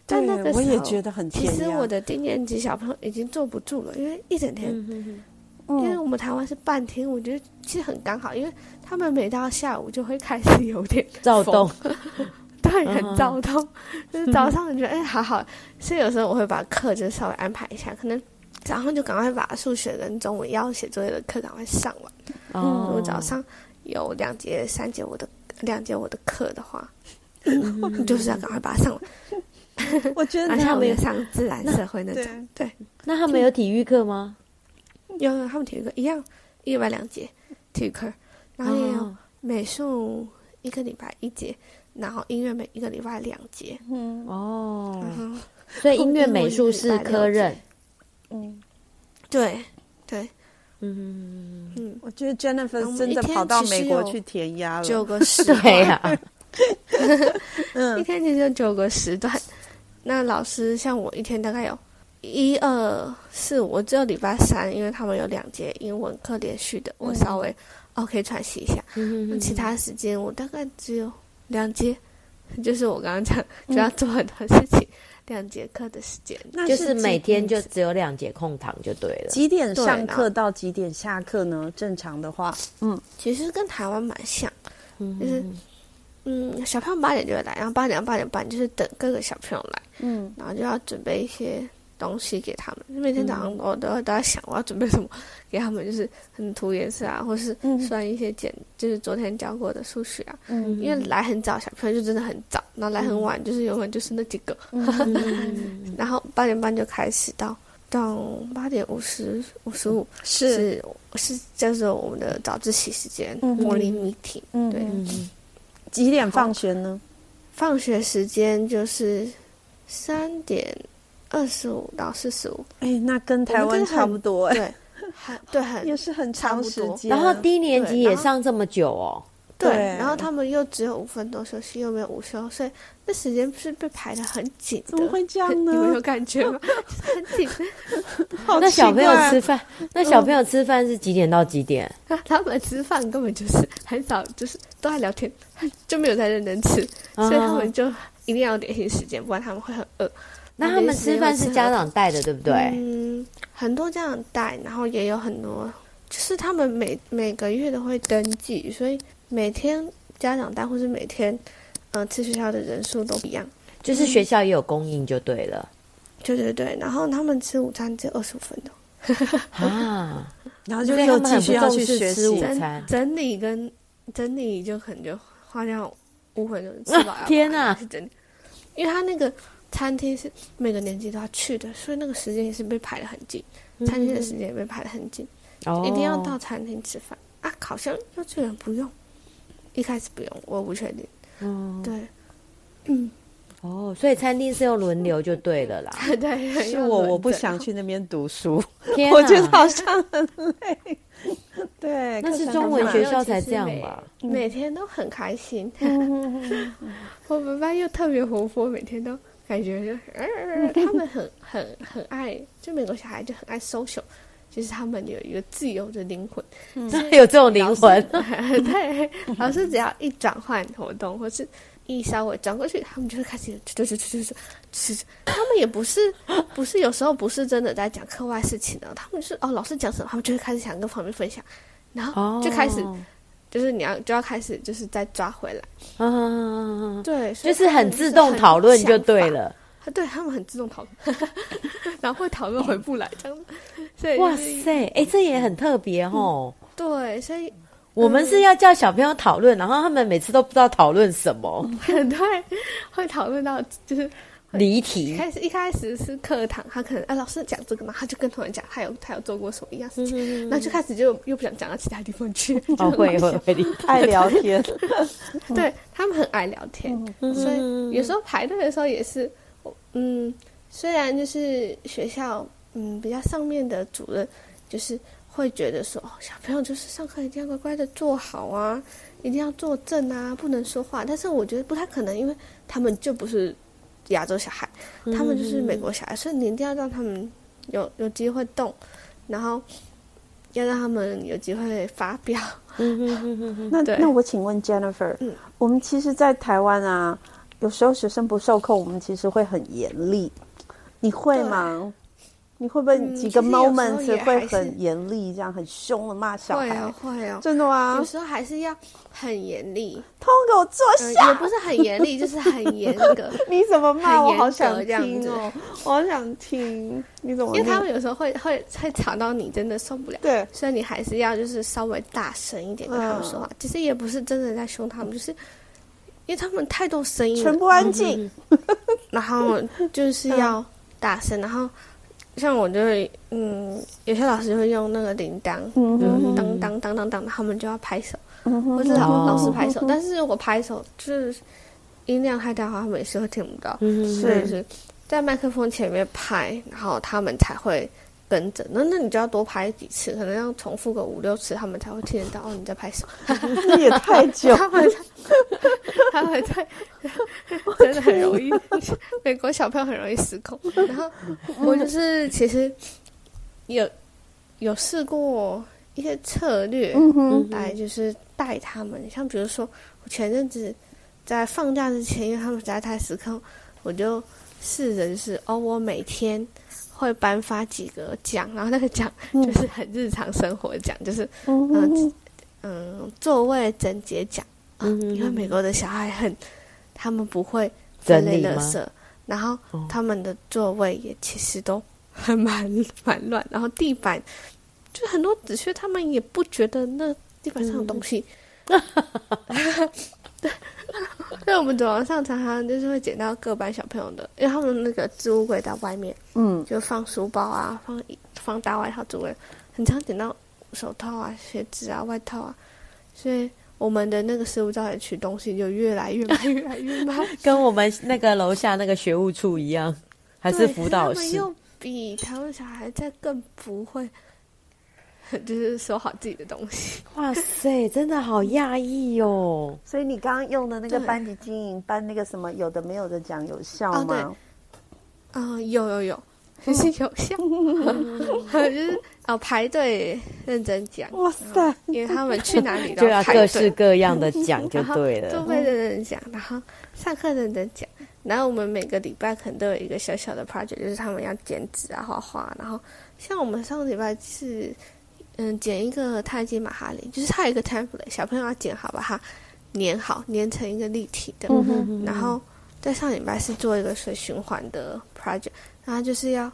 C: 在那个
A: 对，我也
C: 时候
A: 觉得很
C: 其
A: 甜呀。
C: 实我的低年级小朋友已经坐不住了，因为一整天，
A: 嗯
C: 因为我们台湾是半天，我觉得其实很刚好，因为他们每到下午就会开始有点
B: 躁动，
C: 对，
B: 嗯
C: 很躁动。 就是早上你觉得哎还好，所以有时候我会把课就稍微安排一下，可能早上就赶快把数学跟中文要写作业的课赶快上完。如
B: 哦
C: 果，嗯早上有两节、三节我的两节我的课的话，
B: 嗯
C: 就是要赶快把它上完。
A: 我觉得
C: 而且
A: 他
C: 我
A: 们
C: 们也上自然社会那种，对，
B: 那他们有体育课吗？
C: 有有他们体育课一样，一礼拜两节体育课，然后也有
B: 哦
C: 美术一个礼拜一节，然后音乐每一个礼拜两节，然
B: 哦，
C: 后
B: 所以音乐美术是科任，
A: 嗯，
C: 对对，
B: 嗯，
C: 嗯。
A: 我觉得
C: 然后我
A: Jennifer
C: 们
A: 真的
C: 一天
A: 跑到
C: 其实
A: 美国
C: 有
A: 去填鸭了。
C: 九个时段，
B: 对啊 呀，
C: 一
A: 嗯，
C: 天其实有九个时段。那老师像我一天大概有一二四五，我只有礼拜三，因为他们有两节英文课连续的，我稍微、哦可以喘息一下。
B: 嗯
C: 那其他时间我大概只有两节，就是我刚刚讲就要做很多事情，两节课的时间。
A: 那
B: 就是
A: 几
B: 每天就只有两节空堂就对了。
A: 几点
C: 对
A: 上
C: 啦
A: 课到几点下课呢？正常的话，
C: 其实跟台湾蛮像，
B: 嗯
C: 就是嗯，小朋友八点就会来，然后八点到八点半就是等各个小朋友来，
A: 嗯，
C: 然后就要准备一些东西给他们。每天早
A: 嗯
C: 上我都要都在想我要准备什么给他们，就是很涂颜色啊，或是算一些简，就是昨天教过的数学啊。
A: 嗯
C: 因为来很早，小朋友就真的很早，然后来很晚，就是永远就是那几个。
A: 嗯
C: 然后八点半就开始到到八点五十五十五
A: 是，
C: 是叫做我们的早自习时间，
A: 嗯
C: 茉莉 meeting。
A: 嗯
C: 对，
A: 几点放学呢？
C: 放学时间就是三点二十五到四十五，
A: 哎，那跟台
C: 我们
A: 湾
C: 真的很
A: 差不多，哎，
C: 对，很对很
A: 也是很
C: 差
A: 长
C: 不
A: 时
C: 多
A: 间。啊
B: 然后低年级
C: 对
B: 也
C: 然后
B: 上这么久哦，
C: 对
A: 对，
C: 然后他们又只有五分钟休息，又没有午休，所以那时间是被排的很紧的。
A: 怎么会这样呢
C: 你们有感觉吗？就是很紧，
A: 好
B: 那
A: 奇
B: 小朋友
A: 怪啊
B: 吃饭，那小朋友吃饭是几点到几点？
C: 他们吃饭根本就是很少，就是都在聊天， 就没有在认真吃，
B: 啊
C: 嗯所以他
A: 嗯
C: 们就一定要有点心时间，不然他们会很饿。
B: 那他们吃饭是家长带的，对不对？
C: 嗯，很多家长带，然后也有很多，就是他们每每个月都会登记，所以每天家长带或是每天，呃，去学校的人数都不一样。
B: 就是学校也有供应就对了
C: 对对对，然后他们吃午餐只有二十五分钟，
B: 啊，
A: 然后就
B: 所以他
A: 又
B: 们
A: 继
B: 很
A: 续
B: 不
A: 要
B: 重
A: 去学
B: 视吃午
A: 习。
B: 餐
C: 整。整理跟整理就可能就花掉五分钟吃饱、
B: 啊天哪
C: 哪，是整理，因为他那个餐厅是每个年级都要去的，所以那个时间也是被排得很紧，餐厅的时间也被排得很紧。
B: 哦
C: 一定要到餐厅吃饭啊？好像幼稚园不用，一开始不用，我不确定。
B: 哦
C: 对
B: 哦，所以餐厅是用轮流就对了啦。
C: 对，
A: 是
C: 要
A: 我，
C: 轮
A: 我不
C: 着
A: 想去那边读书，
B: 天 啊
A: 我觉得
B: 哪
A: 好像很累。对，
B: 那
A: 课
B: 是
A: 程
B: 中
A: 都
B: 文
A: 满
B: 学校才这样吧？
C: 每天都很开心。 我们班又特别活泼，每天都感觉就、呃、他们很很很爱，就美国小孩就很爱 social，就是他们有一个自由的灵魂。
B: 有这种灵魂，
C: 对，老师只要一转换活动，或是一稍微转过去，他们就会开始就就就就就就，他们也不是不是有时候不是真的在讲课外事情的，他们就是哦老师讲什么，他们就会开始想跟旁边分享，然后 就开始、
B: 哦
C: 就是你要就要开始就是再抓回来，
B: 嗯，
C: 对，
B: 就
C: 所以
B: 是
C: 他们
B: 很自动讨论就对了。
C: 很想法，对他们很自动讨论， 然后会讨论回不来这样子，所以
B: 哇
C: 就是
B: 塞，哎、这也很特别哦。
C: 嗯对，所以
B: 我们是要叫小朋友讨论，然后他们每次都不知道讨论什么，
C: 很对会讨论到就是
B: 离题。
C: 开始一开始是课堂，他可能啊老师讲这个嘛，他就跟同学讲他有他有做过什么一样事
B: 嗯
C: 情，然后就开始就又不想讲到其他地方去，就
B: 哦，
C: 很
B: 会
C: 好
B: 会
C: 笑
B: 会离题。
A: 爱聊天，
C: 对他们很爱聊天，所以有时候排队的时候也是，我嗯，虽然就是学校嗯比较上面的主任就是会觉得说，哦，小朋友就是上课一定要乖乖的坐好啊，一定要坐正啊，不能说话，但是我觉得不太可能，因为他们就不是亚洲小孩，他们就是美国小孩，所以你一定要让他们有有机会动，然后要让他们有机会发表。
B: 嗯
A: 那
C: 对
A: 那我请问 Jennifer，、
C: 嗯
A: 我们其实，在台湾啊，有时候学生不受控，我们其实会很严厉。你会吗？你会不会
C: 嗯
A: 几个
C: 其实有时候
A: moments
C: 也
A: 会
C: 还是
A: 很严厉，这样很凶的骂小
C: 会
A: 孩？
C: 哦，会哦。
A: 真的吗
C: 有？时候还是要很严厉，
A: 通给我坐
C: 嗯，
A: 下！
C: 也不是很 严厉，就是很严格，
A: 你怎么骂
C: 很
A: 我？
C: 严
A: 好
C: 格
A: 想
C: 这样
A: 听
C: 子
A: 哦，我好想听。你怎么
C: 因
A: 念？
C: 为他们有时候会会会吵到你真的受不了，
A: 对
C: 所以你还是要就是稍微大声一点跟他们
A: 嗯
C: 说话。其实也不是真的在凶他们，就是因为他们太多声音了嗯
A: 全，部安静。
C: 然后就是要大声，然后像我就会嗯，有些老师会用那个铃铛，
A: 嗯哼，
C: 当当当当当，他们就要拍手，
A: 嗯哼
C: 或是老
B: 哦
C: 老师拍手，但是如果拍手就是音量太大的话，他们也是会听不到。
B: 嗯，
C: 所以是在麦克风前面拍，然后他们才会跟着。那那你就要多拍几次，可能要重复个五六次，他们才会听得到哦你在拍什么。
A: 这也太久。
C: 他们才，他们在真的很容易，美国小朋友很容易失控。然后我就是其实有有试过一些策略，
A: 嗯哼，
C: 来就是带他们。像比如说，我前阵子在放假之前，因为他们实在太失控，我就试着就是哦，我每天会颁发几个奖，然后那个奖就是很日常生活奖，就是
A: 嗯
C: 嗯
A: 哼，
C: 嗯座位整洁奖、啊
B: 嗯
C: 因为美国的小孩很，他们不会分
B: 整
C: 类
B: 理
C: 垃
B: 吗
C: 圾，然后
B: 哦
C: 他们的座位也其实都很蛮蛮乱，然后地板就很多纸屑，他们也不觉得那地板上有东西。
B: 嗯
C: 对，所以我们走廊上常常就是会捡到各班小朋友的，因为他们那个置物柜在外面，
A: 嗯，
C: 就放书包啊，放放大外套之类，很常捡到手套啊、鞋子啊、外套啊，所以我们的那个食物造也取东西就越来越慢，越来越慢。
B: 跟我们那个楼下那个学务处一样， 还是
C: 对
B: 辅导
C: 可是他们
B: 室？
C: 又比台湾小孩在更不会，就是收好自己的东 西。
B: 哇塞，真的好讶异哦！
A: 所以你刚刚用的那个
C: 对
A: 班级经营班那个什么有的没有的讲有效
C: 哦
A: 吗？
C: 啊、有 有有，就是有效，就是啊、排队认真讲，嗯
A: 哇塞，
C: 因为他们去哪里都
B: 就要
C: 排
B: 各
C: 队
B: 式各样的讲就对
C: 然后
B: 了
C: 座。 位认真讲，然后上课认真讲，然后我们每个礼拜可能都有一个小小的 project，就是他们要剪纸啊、画画，然后像我们上个礼拜是，嗯，剪一个泰姬玛哈林，就是它有一个 template，小朋友要剪好把它粘好，粘成一个立体的，
A: 嗯哼，
C: 然后在上礼拜是做一个水循环的 project，然后就是要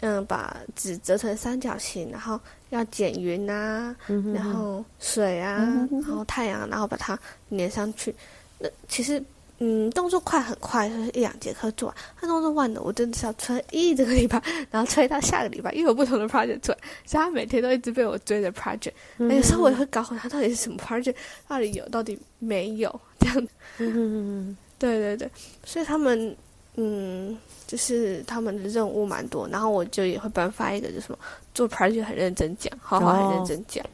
C: 嗯把纸折成三角形，然后要剪云啊，
B: 嗯
C: 然后水啊，然后太阳，然后把它粘上去。那其实嗯动作快很快，就是一两节课做完。那动作慢的，我真的是要催一整个礼拜，然后催到下个礼拜，又有不同的 project 出来，所以他每天都一直被我追着 project。那有时候我也会搞混他到底是什么 project，到底有，到底没有这样子 对对对，所以他们，嗯，就是他们的任务蛮多，然后我就也会颁发一个，就是什么做 project 很认真讲，画画很认真讲。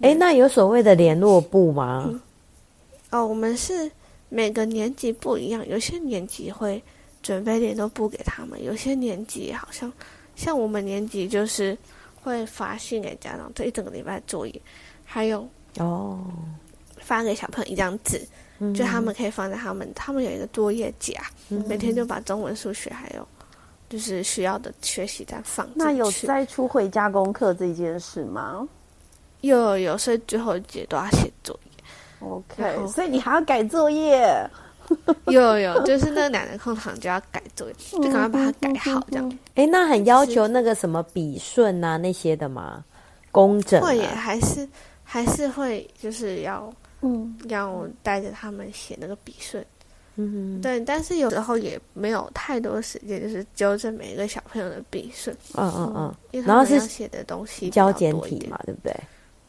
B: 哎、那有所谓的联络部吗？
C: 嗯哦我们是每个年级不一样，有些年级会准备联络簿给他们，有些年级好像像我们年级就是会发信给家长，这一整个礼拜作业，还有
B: 哦，
C: 发给小朋友一张纸，就他
A: 嗯
C: 们可以放在他们他们有一个作业夹，每天就把中文、数学还有就是需要的学习单放进去。
A: 那有摘出回家功课这件事吗
C: 有有，所以最后一节都要写作业。然
A: ？OK，
C: 后
A: 所以你还要改作业。
C: 有有，就是那两个空堂就要改作业，就赶快把它改好，这样
B: 哎，那很要求那个什么笔顺啊那些的吗？工整、
C: 会也
B: 啊、
C: 还是还是会就是要
A: 嗯，
C: 要带着他们写那个笔顺。
B: 嗯
C: 对，但是有时候也没有太多时间，就是纠正每一个小朋友的笔顺，
B: 嗯嗯
C: 因为
B: 然
C: 他
B: 后
C: 们要
B: 是
C: 写的东
B: 嗯，
C: 西比较
B: 教简
C: 多一
B: 体
C: 点
B: 嘛，，对不对？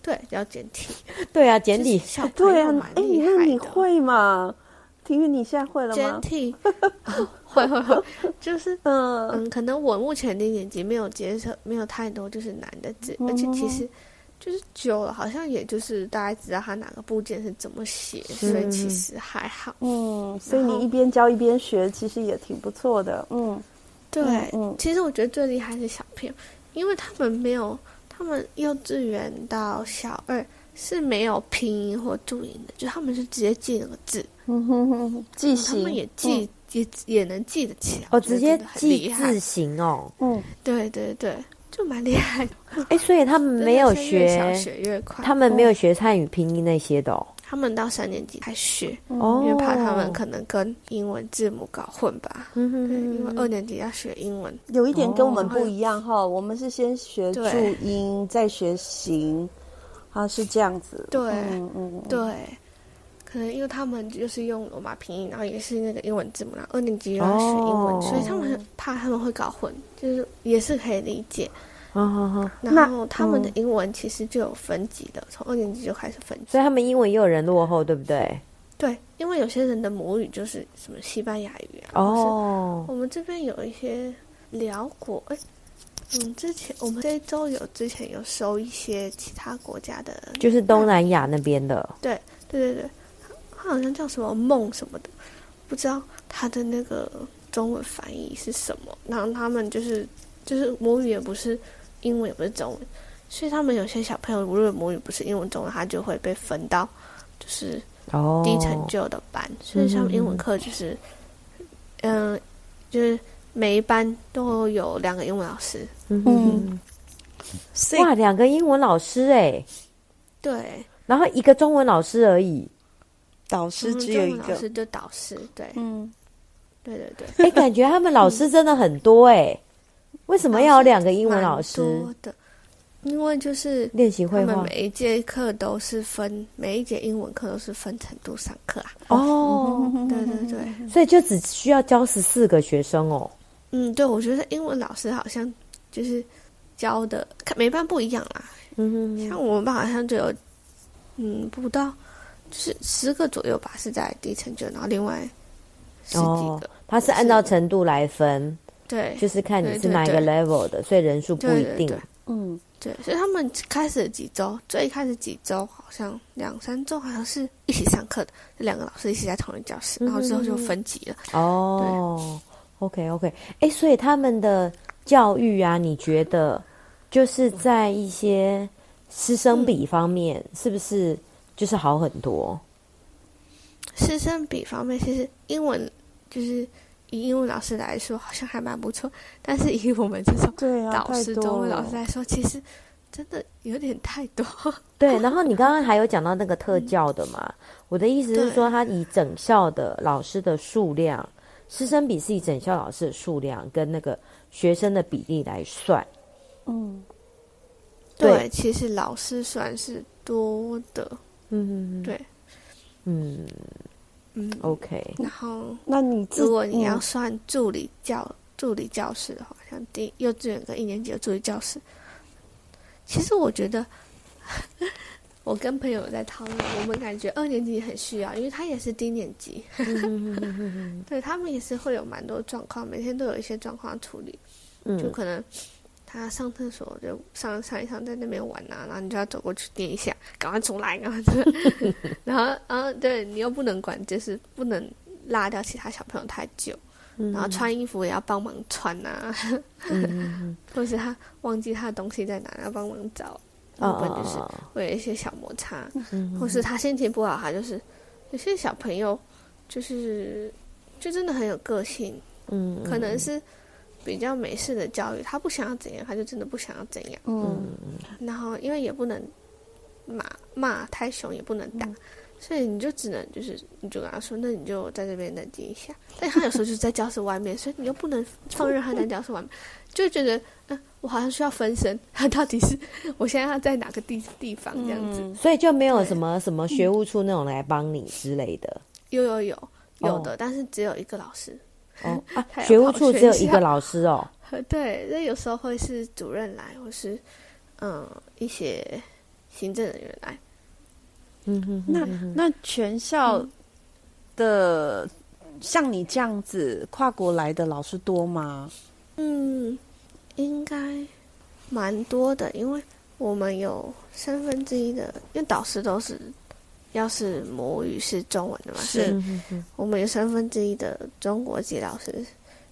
C: 对，教简体，
B: 对啊，简体
C: 就是小朋
A: 对
C: 友
A: 啊，
C: 蛮
A: 哎，
C: 厉
A: 那
C: 害
A: 你
C: 的。
A: 会吗？婷玉，你现在会了
C: 简
A: 吗？
C: 体， 哦会会会， 就是
A: 嗯，
C: 嗯，可能我目前低年级没有接受，没有太多就是难的字，而且其
B: 哦
C: 实就是久了，好像也就是大概知道它哪个部件是怎么写，所以其实还好。
A: 嗯，所以
C: 然
A: 你
C: 后
A: 一边教一边学，其实也挺不错的。嗯，
C: 对，
A: 嗯
C: 其实我觉得最厉害是小朋友，因为他们没有，他们幼稚园到小二是没有拼音或注音的，就他们是直接记那个字，
A: 嗯哼哼，记
C: 他
A: 性，
C: 们也记、也也能记得起来。
B: 嗯哦，
C: 我觉得
B: 直接
C: 真的很
B: 记
C: 厉害
B: 字形 哦。
A: 嗯，
C: 对对对，就蛮厉害的。
B: 哎，所以他们没有
C: 真的是越小嗯
B: 学，
C: 学越快，
B: 他们没有学汉语拼音那些的哦。
C: 他们到三年级才学，
B: 哦，
C: 因为怕他们可能跟英文字母搞混吧。
B: 嗯哼
C: 对，因为
B: 哼
C: 二年级要学英文，
A: 有一点跟我们不一样哈，我们是先学注
C: 对
A: 音，再学形，啊，是这样子。
C: 对
A: 嗯嗯，
B: 哦
A: 嗯，
C: 对，可能因为他们就是用罗马拼音，然后也是那个英文字母，然后二年级又要学英文，
B: 哦
C: 所以他们很怕他们会搞混，就是也是可以理解。
B: 好好好，
C: 然后他们的英文其实就有分级的，从二年级就开始分级
B: 所以。他们英文也有人落后，对不对？
C: 对，因为有些人的母语就是什么西班牙语啊，或是
B: 哦，
C: 我们这边有一些辽国，哎，嗯，之前我们这一周有之前有收一些其他国家的，
B: 就是东南亚那边的。
C: 对对对，他好像叫什么梦什么的，不知道他的那个中文翻译是什么。然后他们就是就是母语也不是英文也不是中文，所以他们有些小朋友无论母语不是英文中文，他就会被分到就是
B: 哦，
C: 低成就的班，所以像英文课就是，嗯、就是每一班都有两个英文老师。
B: 嗯哼
A: 所
B: 哼，哇，两个英文老师哎，
C: 对，
B: 然后一个中文老师而 已。
A: 导师
C: 嗯中文老师就导师，对，
A: 嗯，
C: 对对对，
B: 哎，感觉他们老师真的很多哎，为什么要有两个英文老
C: 蛮
B: 师
C: 多的，因为就是
B: 练习
C: 他
B: 绘
C: 们
B: 画？
C: 每一节课都是分，每一节英文课都是分程度上课啊。
B: 哦，
C: 对对对，
B: 所以就只需要教十四个学生哦。
C: 嗯，对，我觉得英文老师好像就是教的，看每班不一样啦，
B: 嗯哼哼
C: 像我们班好像就有，嗯，不到，就是十个左右吧，是在低成就，然后另外十几个，
B: 哦他是按照程度来分，
C: 对
B: 就是看你
C: 对
B: 是
C: 对
B: 哪一个
C: 对
B: level 的，所以人数不
C: 对
B: 一
C: 对
B: 定
C: 对。
A: 嗯，
C: 对，所以他们开始几周，最开始几周好像两三周，好像是一起上课的，两个老师一起在同一教室，然后之后就分级了。
B: 哦，OK OK，哎，所以他们的教育啊，你觉得就是在一些师生比方面，是不是就是好很多？
C: 师生比方面，其实英文就是以英文老师来说，好像还蛮不错，但是以我们这种
A: 对啊，
C: 导
A: 太
C: 师、
A: 多
C: 中文
A: 了
C: 老师来说，其实真的有点太多。
B: 对，然后你刚刚还有讲到那个特教的嘛，我的意思是
C: 对
B: 说，他以整校的老师的数量，师生比是以整校老师的数量跟那个学生的比例来算。
A: 嗯，
B: 对
C: 对，其实老师算是多的，
B: 嗯，
C: 对，
B: 嗯
C: 嗯。
B: ，OK，
C: 然后，
A: 那你自
C: 如果你要
A: 嗯
C: 算助理教助理教师的话，像第幼稚园跟一年级的助理教师，其实我觉得， 我跟朋友在讨论，我们感觉二年级也很需要，因为他也是低年级， 对他们也是会有蛮多状况，每天都有一些状况处理，就
B: 嗯，
C: 可能。他上厕所就上上一上，在那边玩呐、然后你就要走过去念一下，赶快出来，赶快出来。 然后，然后对你又不能管，就是不能落掉其他小朋友太久，
B: 嗯
C: 然后穿衣服也要帮忙穿啊，
B: 嗯
C: 或是他忘记他的东西在哪，要帮忙找，
B: 哦
C: 要不然就是
B: 哦嗯
C: 会有一些小摩擦，或是他心情不好，他就是有些小朋友就是就真的很有个性，
B: 嗯，
C: 可能是比较美式的教育，他不想要怎样，他就真的不想要怎样。
A: 嗯，
C: 然后因为也不能骂骂太凶，也不能打，所以你就只能就是你就跟他说，那你就在这边冷静一下。但他有时候就是在教室外面，所以你又不能放任他在教室外面，就会觉得嗯、我好像需要分身，他到底是我现在要在哪个地地方这样子？
B: 所以就没有什么什么学务处那种来帮你之类的。
C: 有有有有的，但是只有一个老师。
B: 哦 啊
C: 嗯还，有
B: 学务
C: 跑
B: 处
C: 学
B: 只有一
C: 校
B: 个老师 哦。
C: 呃，对，那有时候会是主任来，或是嗯一些行政人员来。
B: 嗯哼哼，
A: 那那全校的像你这样子跨国来的老师多吗？
C: 嗯，应该蛮多的，因为我们有三分之一的，因为导师都是要是母语是中文的嘛，
A: 是
C: 所以
B: 嗯哼哼，
C: 我们有三分之一的中国籍老师，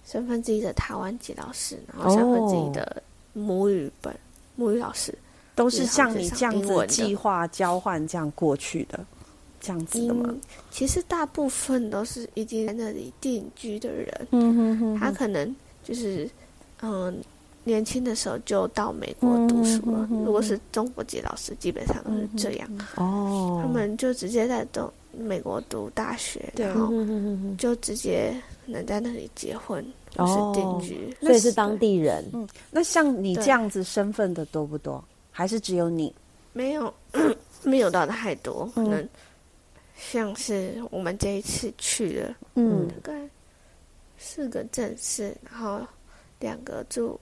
C: 三分之一的台湾籍老师，然
B: 哦
C: 后三分之一的母语本、母语老师，
A: 都是像你这样
C: 英文
A: 子
C: 的
A: 计划交换这样过去的，这样子的吗
C: 嗯？，其实大部分都是已经在那里定居的人，
A: 嗯哼哼
C: 他可能就是嗯年轻的时候就到美国
B: 嗯
C: 读书了。如果是中国籍老师，基本上都是这样，
B: 嗯哦，
C: 他们就直接在中美国读大学，
A: 对
C: 然
B: 嗯
C: 后
B: 哼哼哼哼，
C: 就直接能在那里结婚或
B: 哦
C: 是定居。
B: 所以是当地人。
A: 那像你
C: 对
A: 这样子身份的多不多？还是只有你？
C: 没有没有到太多，可
B: 嗯
C: 能像是我们这一次去了。
A: 嗯
C: 大概四个正式，然后两个助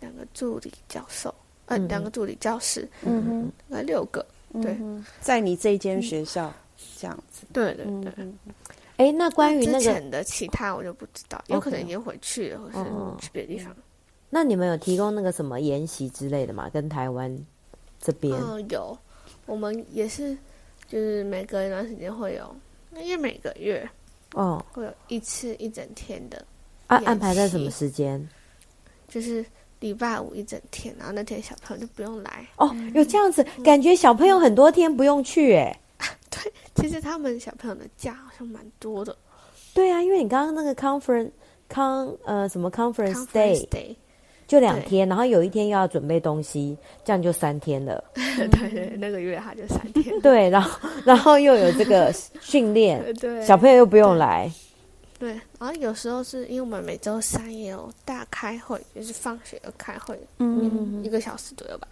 C: 两个助理教授，呃，
B: 嗯
C: 两个助理教师，
A: 嗯哼，
C: 大概六个。对
A: 在你这间学校这样子。
C: 对对
A: 嗯
C: 对。
A: 嗯
B: 哎，那关于
C: 之
B: 那个，
C: 前的其他我就不知道，有可
B: OK
C: 能已经回去了，或
B: 嗯嗯
C: 是去别的地方。
B: 那你们有提供那个什么研习之类的吗？跟台湾这边？
C: 嗯，有，我们也是，就是每隔一段时间会有，因为每个月
B: 哦，
C: 会有一次一整天的，
B: 安
C: 研
B: 安排在什
C: 习嗯
B: 么时间？
C: 就是礼拜五一整天，然后那天小朋友就不用来，
B: 哦，有这样子，感觉小朋友很多天不用去哎、
C: 嗯对，其实他们小朋友的假好像蛮多的
B: 对啊，因为你刚刚那个 conference con 呃什么 conference
C: ，conference
B: day
C: day，
B: 就两
C: 对
B: 天，然后有一天又要准备东西，这样就三天了。，
C: 对对，那个月他就三 天
B: 对，然后然后又有这个训练，
C: 对，
B: 小朋友又不用
C: 对
B: 来。
C: 对，然后有时候是因为我们每周三也有大开会，就是放学要开会，
A: 嗯
C: 一个小时左右吧。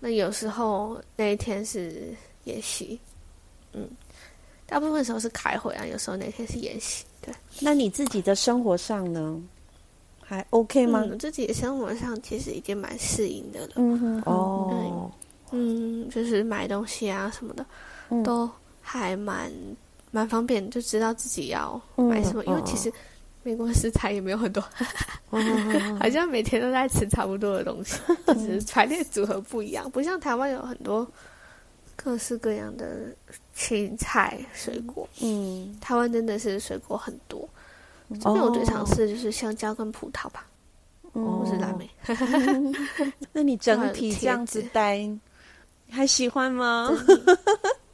C: 那有时候那一天是演习，嗯，大部分时候是开会啊，有时候那天是演习，对。
A: 那你自己的生活上呢？还 OK 吗？
C: 嗯，自己的生活上其实已经蛮适应的了，
A: 嗯哼，
B: 哦，
C: 嗯，就是买东西啊什么的，
A: 嗯
C: 都还蛮蛮方便，就知道自己要
A: 嗯
C: 买什么。因为
A: 哦
C: 其实美国食材也没有很多，
B: 哦
A: 嗯
C: 好像每天都在吃差不多的东 西，就只是排列组合不一样，不像台湾有很多各式各样的青菜、水果。
A: 嗯，
C: 台湾真的是水果很多，这边我最常吃的就是香蕉跟葡萄吧，
A: 嗯
C: 或是蓝莓。
A: 那你整
C: 那
A: 体
C: 贴
A: 这样子
C: 纸
A: 待，还喜欢 吗？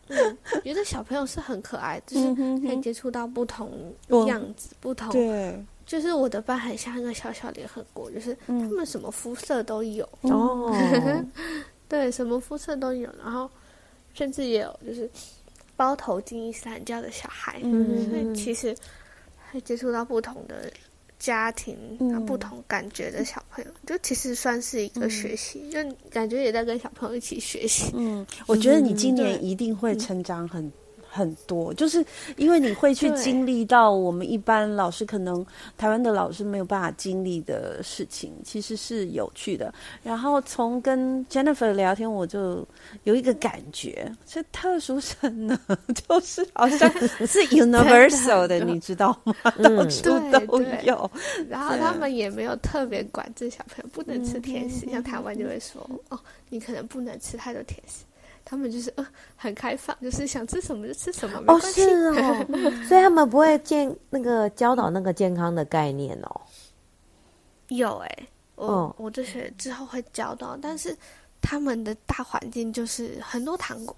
C: 嗯觉得小朋友是很可爱，就是 可以接触到不同
A: 嗯
C: 样子、不同
A: 对，
C: 就是我的班很像一个小小联合国，就是他
A: 嗯
C: 们什么肤色都有，嗯
B: 哦，
C: 对，什么肤色都有，然后甚至也有就是包头巾伊斯兰教的小孩，
B: 嗯
C: 所以其实会接触到不同的家庭，啊，
B: 嗯
C: 不同感觉的小朋友，就其实算是一个学习，就感觉也在跟小朋友一起学习。
A: 嗯，我觉得你今
C: 对嗯
A: 年一定会成长很。很多，就是因为你会去
C: 对
A: 经历到我们一般老师可能台湾的老师没有办法经历的事情，其实是有趣的。然后从跟 Jennifer 聊天，我就有一个感觉，这特殊生呢， 就是好 像是 universal 的，
C: 真的
A: 你知道吗？
B: 嗯
A: 到
B: 哦
A: 处
C: 对
A: 都
C: 对
A: 有。
C: 然后
B: 啊
C: 他们也没有特别管
B: 嗯
C: 制小朋友不能吃甜食，像台湾就会说哦，你可能不能吃太多甜食，他们就是呃很开放，就是想吃什么就吃什么，没
B: 哦，
C: 关系。
B: 是 哦，所以他们不会健那个教导那个健康的概念哦。
C: 有哎、我、
A: 哦
B: 嗯
C: 我这学之后会教到，但是他们的大环境就是很多糖果，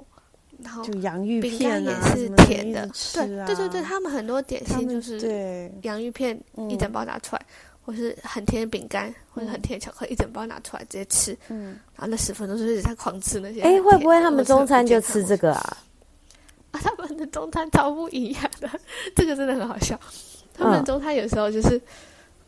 C: 然后
A: 就洋芋
C: 饼
A: 片
C: 干也
A: 啊，
C: 是
A: 什么
C: 甜
A: 一
C: 的，
A: 直吃啊
C: 对对对对，他们很多点
A: 他
C: 心
A: 们
C: 就是
A: 对，嗯
C: 洋芋片一整包拿出来，或是很甜的饼干，或者很甜的巧克力一整包拿出来直接吃，
A: 嗯，
C: 然后那十分钟就是一直在狂吃那些很
B: 哎、
C: 甜的。
B: 会不会他们
C: 或是很
B: 中餐
C: 不
B: 就
C: 啊健康
B: 吃这个啊？
C: 啊， 他们的中餐超不一样的，这个真的很好笑。他们
B: 嗯
C: 中餐有时候就是，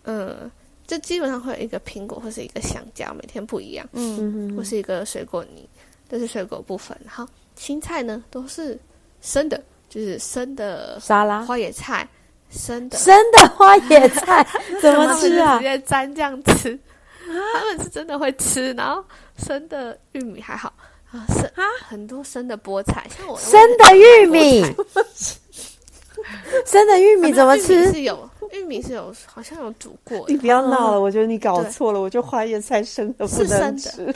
C: 嗯，就基本上会有一个苹果或是一个香蕉，每天不一样，
B: 嗯哼
C: 或
B: 哼，
C: 是一个水果泥，这是水果部分。然后青菜呢都是生的，就是生的
B: 沙拉，
C: 花野菜，生的，
B: 啊生的花野菜怎
C: 他
B: 么
C: 们就
B: 吃啊
C: 直？接沾这样吃。他们是真的会吃，然后生的玉米还好，啊生很多生的菠菜，像我
B: 生的玉 米，生的玉
C: 啊
B: 米
C: 没有
B: 怎么
C: 玉米
B: 吃？
C: 是有玉米是有，好像有煮过
A: 你
C: 的，
A: 不要闹了，我觉得你搞
C: 哦对
A: 错了，我觉得花椰菜生的不
C: 是
A: 能
C: 生
A: 吃，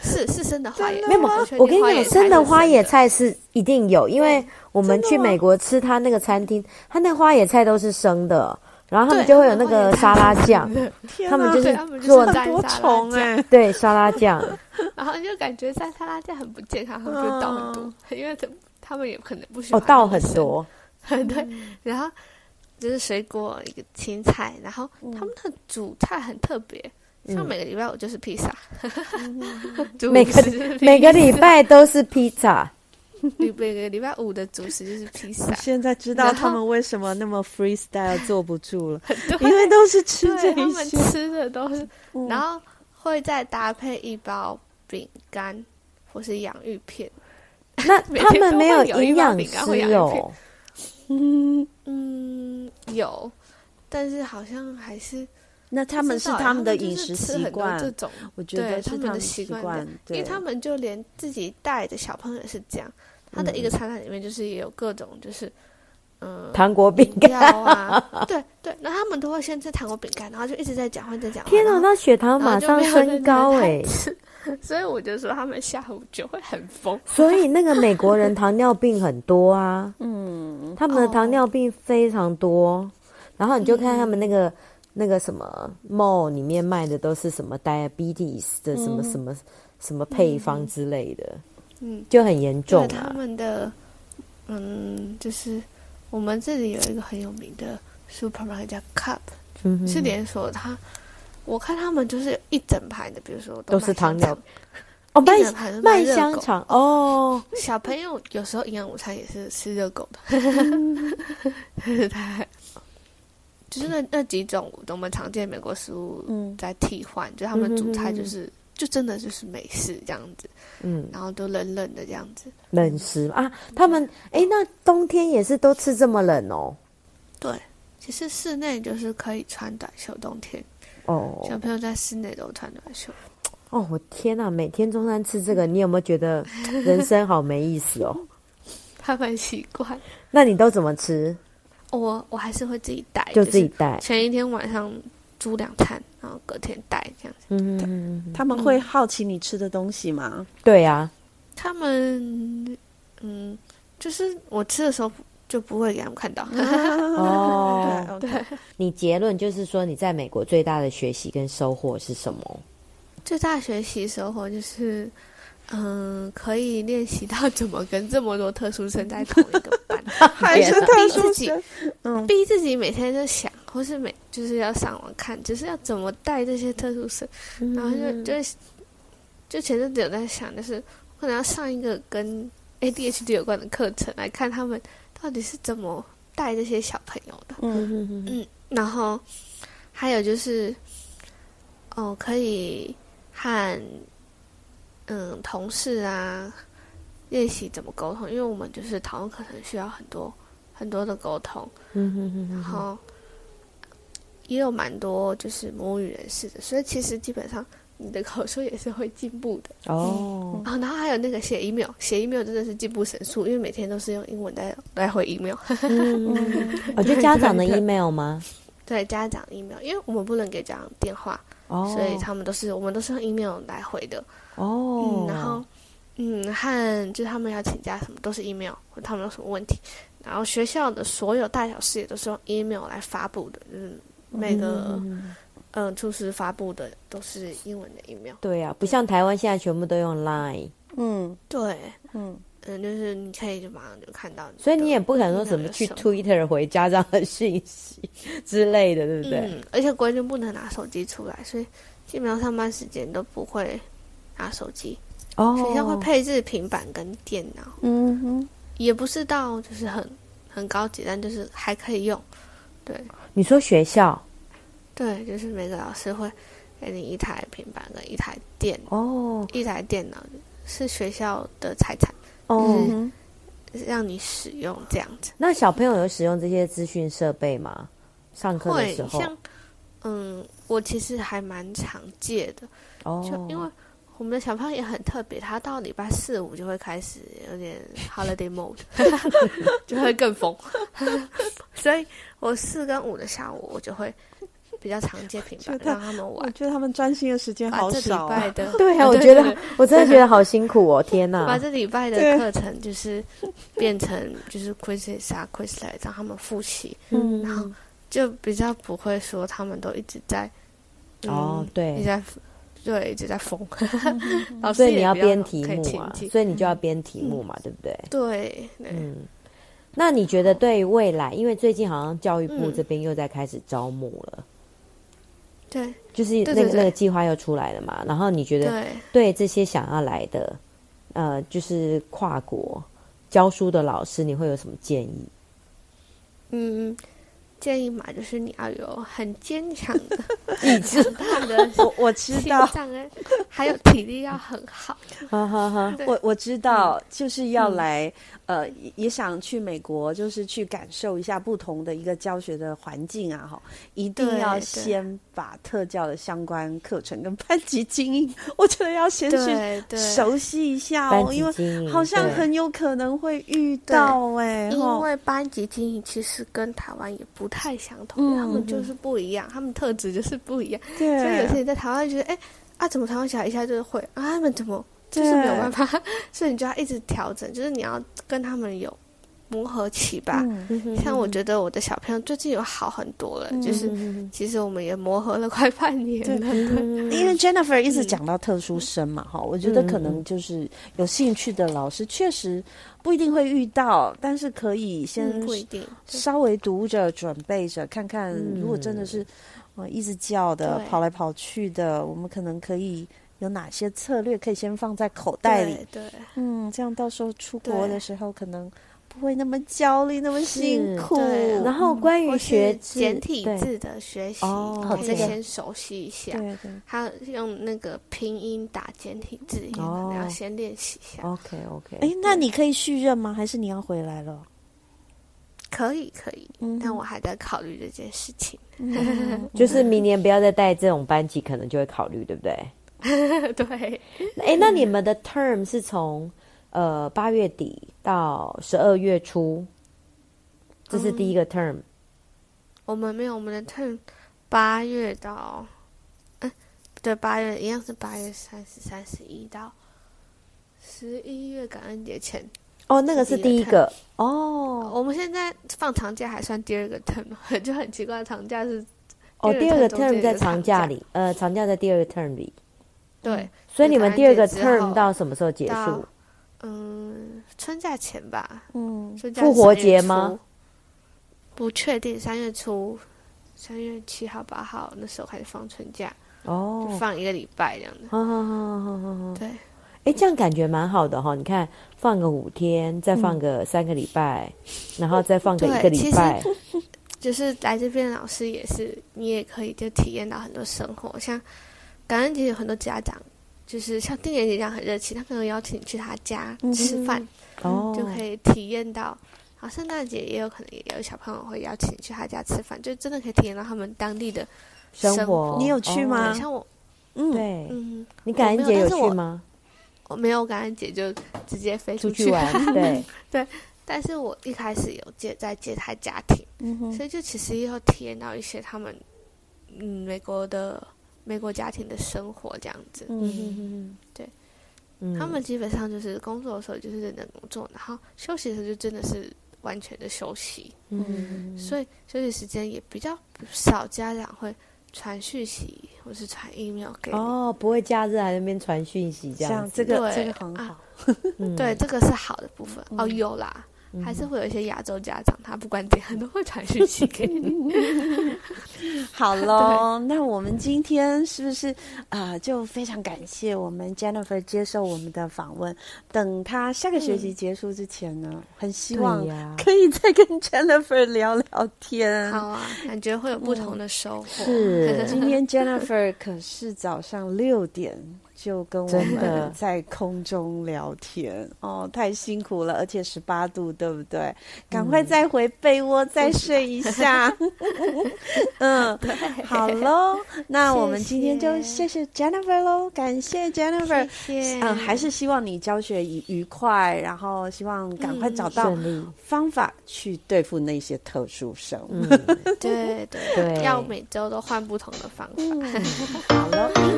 C: 是是生的花野
B: 没有，我跟你讲，生的花野，菜是一定有，因为我们去美国吃他那个餐厅，他那个花野菜都是生的，然后他们就会有那个沙拉酱，
A: 天
B: 他们
A: 哪
B: 就
C: 对
B: 是
C: 他们就是
B: 做
C: 沾
A: 很多
C: 沙拉
A: 虫
C: 酱
A: 哎、
B: 对沙拉酱，
C: 然后就感觉在沙拉酱很不健康，他们就倒很多，因为他他们也可能不喜
B: 哦
C: 欢
B: 倒很多，
C: 对，然后就是水果一个青菜，然后
B: 嗯
C: 他们的主菜很特别。像每个礼拜我就是披萨， 主
B: 嗯每个
C: 食就是披
B: 每个
C: 萨
B: 礼拜都是披 萨，
C: 每 每个礼拜五的主食就是披萨
A: 我，现在知道
C: 然
A: 他
C: 后
A: 们为什么那么 freestyle 坐不住了，因为都是吃这
C: 对，他
A: 一
C: 们
A: 些。
C: 吃的都是，
A: 嗯
C: 然后会再搭配一包饼干或是洋芋片。
B: 那他们没营养
C: 每天都会有
B: 师
C: 一包饼干会有一
B: 哦
C: 片。嗯，有，但是好像还是
A: 那他们是
C: 不知道哎
A: 他们的
C: 就
A: 饮食
C: 是吃
A: 习
C: 很多
A: 惯，
C: 这种，
A: 我觉
C: 对
A: 得
C: 他
A: 是
C: 们的
A: 们
C: 习
A: 习
C: 惯
A: 惯，
C: 因为他们就连自己带的小朋友也是这样，他的一
A: 嗯
C: 个餐盘里面就是也有各种就是。嗯，
B: 糖果饼
C: 饮料
B: 干，
C: 啊，对对，然后他们都会先吃糖果饼干，然后就一直在讲话，一直在讲话。
B: 天
C: 然
B: 哪，
C: 后
B: 那血糖马上升高
C: 啊
B: 哎、
C: 所以我就说他们下午就会很疯。
B: 所以那个美国人糖尿病很多 啊，嗯，他们的糖尿病非常
C: 哦
B: 多，然后你就看他们那
C: 嗯
B: 个、那个什么 mall 里面卖的都是什么 diabetes 的什么什么、什么配方之类的，
C: 嗯，
B: 就很严重
C: 对他
B: 啊。
C: 们的，嗯，就是我们这里有一个很有名的 supermarket 叫 Cup，、
B: 嗯哼
C: 是连锁的。它我看他们就是一整排的，比如说
B: 都
C: 卖
B: 是糖
C: 香
B: 尿
C: 肠，
B: 哦，卖
C: 一整排都卖
B: 卖
C: 热
B: 香
C: 狗。
B: 肠哦，
C: 小朋友有时候营养午餐也是吃热狗 的， 他就是那那几种我们常见美国食物
A: 嗯
C: 在替换，就他们主菜
B: 嗯哼哼
C: 就
B: 哼
C: 是就真的就是美式这样子，
B: 嗯，
C: 然后都冷冷的这样子。
B: 冷食啊，他们
C: 嗯
B: 哎、那冬天也是都吃这么冷哦，
C: 对，其实室内就是可以穿短袖，冬天
B: 哦
C: 小朋友在室内都穿短袖。
B: 哦，我天呐、每天中餐吃这个，你有没有觉得人生好没意思哦？
C: 他们习惯，
B: 那你都怎么吃？
C: 我我还是会自己带，
B: 就自己
C: 哎是
B: 带。
C: 前一天晚上煮两餐，然后隔天带这样子。
B: 嗯嗯，嗯
A: 他们会好奇你吃的东西吗？
B: 对啊，
C: 他们嗯，就是我吃的时候就不会给他们看到，
B: 哦，
A: 对，OK，
B: 你结论就是说你在美国最大的学习跟收获是什么？
C: 最大学习收获就是，嗯，可以练习到怎么跟这么多特殊生在同一个班，
A: 还是特殊
C: 自己
A: 生，嗯，
C: 逼自己每天就想，或是每就是要上网看，就是要怎么带这些特殊生，然后就就是就前阵子有在想，就是我可能要上一个跟 ADHD 有关的课程，来看他们到底是怎么带这些小朋友的。
B: 嗯
C: 然后还有就是，哦，可以和嗯同事啊练习怎么沟通，因为我们就是讨论课程需要很多很多的沟通，然
B: 嗯
C: 后也有蛮多就是母语人士的，所以其实基本上你的口说也是会进步的。
B: 哦，
C: 啊、然后还有那个写 email，写 email 真的是进步神速，因为每天都是用英文来来回 email。
B: 我哦就家长的 email 吗？
C: 对家长 email，因为我们不能给家长电话，
B: 哦，
C: 所以他们都是我们都是用 email 来回的。
B: 哦
C: 嗯，，然后嗯，和就是他们要请假什么都是 email，或他们有什么问题，然后学校的所有大小事也都是用 email 来发布的，嗯，每个嗯厨师发布的都是英文的 email。
B: 对啊，不像台湾现在全部都用 Line，
A: 嗯
C: 对，
A: 嗯，
C: 嗯，就是你可以就马上就看到你的，
B: 所以你也不可能说怎么去
C: 那个
B: Twitter 回家长的讯息之类的，对不对？
C: 嗯，而且规定不能拿手机出来，所以基本上上班时间都不会拿手机，
B: 哦
C: 学校会配置平板跟电脑，
A: 嗯哼，
C: 也不是到就是很很高级，但就是还可以用。对
B: 你说学校
C: 对，就是每个老师会给你一台平板跟一台电
B: 哦
C: 一台电脑，是学校的财产，
B: 哦，
A: 嗯哼，
C: 让你使用这样子。
B: 那小朋友有使用这些资讯设备吗？上课的
C: 会
B: 时候
C: 像嗯，我其实还蛮常借的，就
B: 哦，
C: 因为我们的小朋友也很特别，他到礼拜四五就会开始有 点 holiday mode，就会更疯。 所以我四跟五的下午我就会比较常借平板
A: 我觉得
C: 让他们
A: 我
C: 玩。
A: 觉得他们专心的时间
C: 把
A: 好
C: 这礼
A: 少
C: 拜
A: 啊。
C: 的
B: 对啊，
C: 对
B: 我觉得我真的觉得好辛苦哦， 天
C: 把
B: 哪！
C: 这礼拜的
A: 对
C: 课程就是变成就是 quizzes 啊 quiz 来让他们复习，然后
B: 嗯，
C: 就比较不会说他们都一直在嗯
B: 哦，
C: 一直
B: 对，嗯
C: 在对一直在疯， 老师
B: 所以
C: 也
B: 你要
C: 比较
B: 编题
C: 可以
B: 目
C: 亲
B: 啊
C: 近，
B: 所以你就要编题目嘛，对不对？
C: 对嗯对。
B: 嗯，那你觉得对于未来，因为最近好像教育部
C: 嗯
B: 这边又在开始招募了，
C: 对
B: 就是那个
C: 对对对
B: 那个计划又出来了嘛。然后你觉得
C: 对，
B: 对这些想要来的，呃，就是跨国教书的老师，你会有什么建议？
C: 嗯，建议嘛，就是你要有很坚强的
B: 意 志，
C: 他的
A: 我我知
C: 心
A: 道，
C: 脏哎，还有体力要很好。
B: 哈哈哈。
C: 对嗯
A: 我我知道，就是要来，呃，也也想去美国，就是去感受一下不同的一个教学的环境啊，哈，一定
C: 对
A: 要
C: 对
A: 先把特教的相关课程跟班级经营，我觉得要先去
C: 对对，
A: 熟悉一下
B: 班
A: 哦，
B: 级
A: 因为
B: 经营
A: 好像
B: 对
A: 很有可能会遇到哎、
C: 因
A: 吼
C: 为班级经营其实跟台湾也不太相同，他们就是不一样，他们特质就是不一样。所以有些
B: 嗯
A: 对，
C: 人在台湾觉得，哎啊，怎么台湾小孩一下就会啊，他们怎么就是没有办法，所以你就要一直调整，就是你要跟他们有磨合期吧。
A: 嗯
C: 像我觉得我的小朋友最近有好很多了，就是
B: 嗯
C: 其实我们也磨合了快半年了，嗯
A: 因为 Jennifer 一直讲到特殊生嘛，哈、我觉得可
B: 嗯
A: 能就是有兴趣的老师确实不一定会遇到，但是可以先
C: 嗯，不一定。对
A: 稍微读着、准备着，看看如果真的是，呃，一直叫的、
C: 嗯对
A: 跑来跑去的，我们可能可以有哪些策略可以先放在口袋里？
C: 对，
A: 嗯，这样到时候出国
C: 对
A: 的时候可能不会那么焦虑、那么辛苦。
C: 对 嗯
B: 然后关于
C: 或
B: 学
C: 是
B: 制
C: 简体
B: 对
C: 字的学习，
B: 哦
C: 可
A: 这个
C: 以先熟悉一下。
A: 对对，
C: 他用那个拼音打简体字，也可能要先练习一下。
B: OK OK，
C: 嗯
A: 哎，那你可以续任吗？还是你要回来了？
C: 可以，可以，
A: 嗯
C: 但我还在考虑这件事情。
B: 就是明年不要再带这种班级，可能就会考虑，对不对？
C: 对，
B: 哎，那你们的 term 是从呃八月底到十二月初，这是
C: 哦
B: 第一个 term，、
C: 我们没有我们的 turn 八月到，哎，对，八月一样是八月三十、三十一到十一月感恩节前。
B: 哦，那个是
C: 是
B: 第
C: 第
B: 一
C: 一个
B: 个哦
C: 我们现在放长假还算第二个
B: 嗯
C: turn，吗就很奇怪，长假是
B: 哦，第
C: 第
B: 二
C: 二
B: 个
C: 个
B: term 在
C: term 中间
B: 长
C: 有
B: 假
C: 长假
B: 里，呃，长假在第二个 term 里，
C: 对，
B: 所以你们第二个
C: 就感恩节之
B: term
C: 后
B: 到什么时候结束
C: 到？嗯春假前吧，
A: 嗯，
C: 春假
B: 复活
C: 三月
B: 节吗
C: 初？不确定，三月初，三月七号、八号那时候开始放春假，
B: 哦
C: 就，放一个礼拜这样的。
B: 好好好好好好。
C: 对，
B: 哎，这样感觉蛮好的哈、你看，放个五天，再放个三个礼拜，然后再放个一
C: 对
B: 个礼
C: 其实
B: 拜，
C: 就是来这边的老师也是，你也可以就体验到很多生活。像感恩节有很多家长，就是像丁年姐这样很热情，他可能邀请你去他家
B: 嗯
C: 吃饭，
B: 哦，
C: 就可以体验到。然后圣诞节也有可能也有小朋友会邀请你去他家吃饭，就真的可以体验到他们当地的
B: 生
C: 生
B: 活。
A: 你有去
B: 哦
A: 吗
C: 对像我，
A: 嗯，
B: 对，
C: 嗯，
B: 你感恩节有
C: 我没有但是我
B: 去吗？
C: 我没有感恩节就直接飞
B: 出
C: 去
B: 去玩，对，
C: 但是我一开始有接在接待家庭，
A: 嗯哼，
C: 所以就其实也有体验到一些他们，嗯，美国的美国家庭的生活这样子。
A: 嗯哼，
B: 嗯
C: 他们基本上就是工作的时候就是认真工作，然后休息的时候就真的是完全的休息，
B: 嗯
C: 所以休息时间也比较少。家长会传讯息或是传 email 给你。
B: 哦，不会假日还在那边传讯息这样
A: 像
B: 子，
A: 这个
C: 对
A: 这个很好，
C: 啊对，这个是好的部分。
A: 嗯
C: 哦，有啦，还是会有一些亚洲家长，他不管怎样都会传讯息给你。
A: 好喽，那我们今天是不是啊、呃就非常感谢我们 Jennifer 接受我们的访问。等她下个学期结束之前呢，很希望
B: 嗯对呀
A: 可以再跟 Jennifer 聊聊天。
C: 好啊，感觉会有不同的收获。
B: 是
A: 今天 Jennifer 可是早上六点就跟我
B: 真的
A: 们在空中聊天哦，太辛苦了，而且十八度，对不对？赶快再回被窝再睡一下。嗯，好喽，那我们今天就谢谢 Jennifer 喽，感谢 Jennifer。
C: 谢谢。
A: 嗯，还是希望你教学愉愉快，然后希望赶快找到
B: 顺利，
A: 方法去对付那些特殊生。
B: 嗯，
C: 对对
B: 对
C: 要每周都换不同的方法。
A: 好喽，英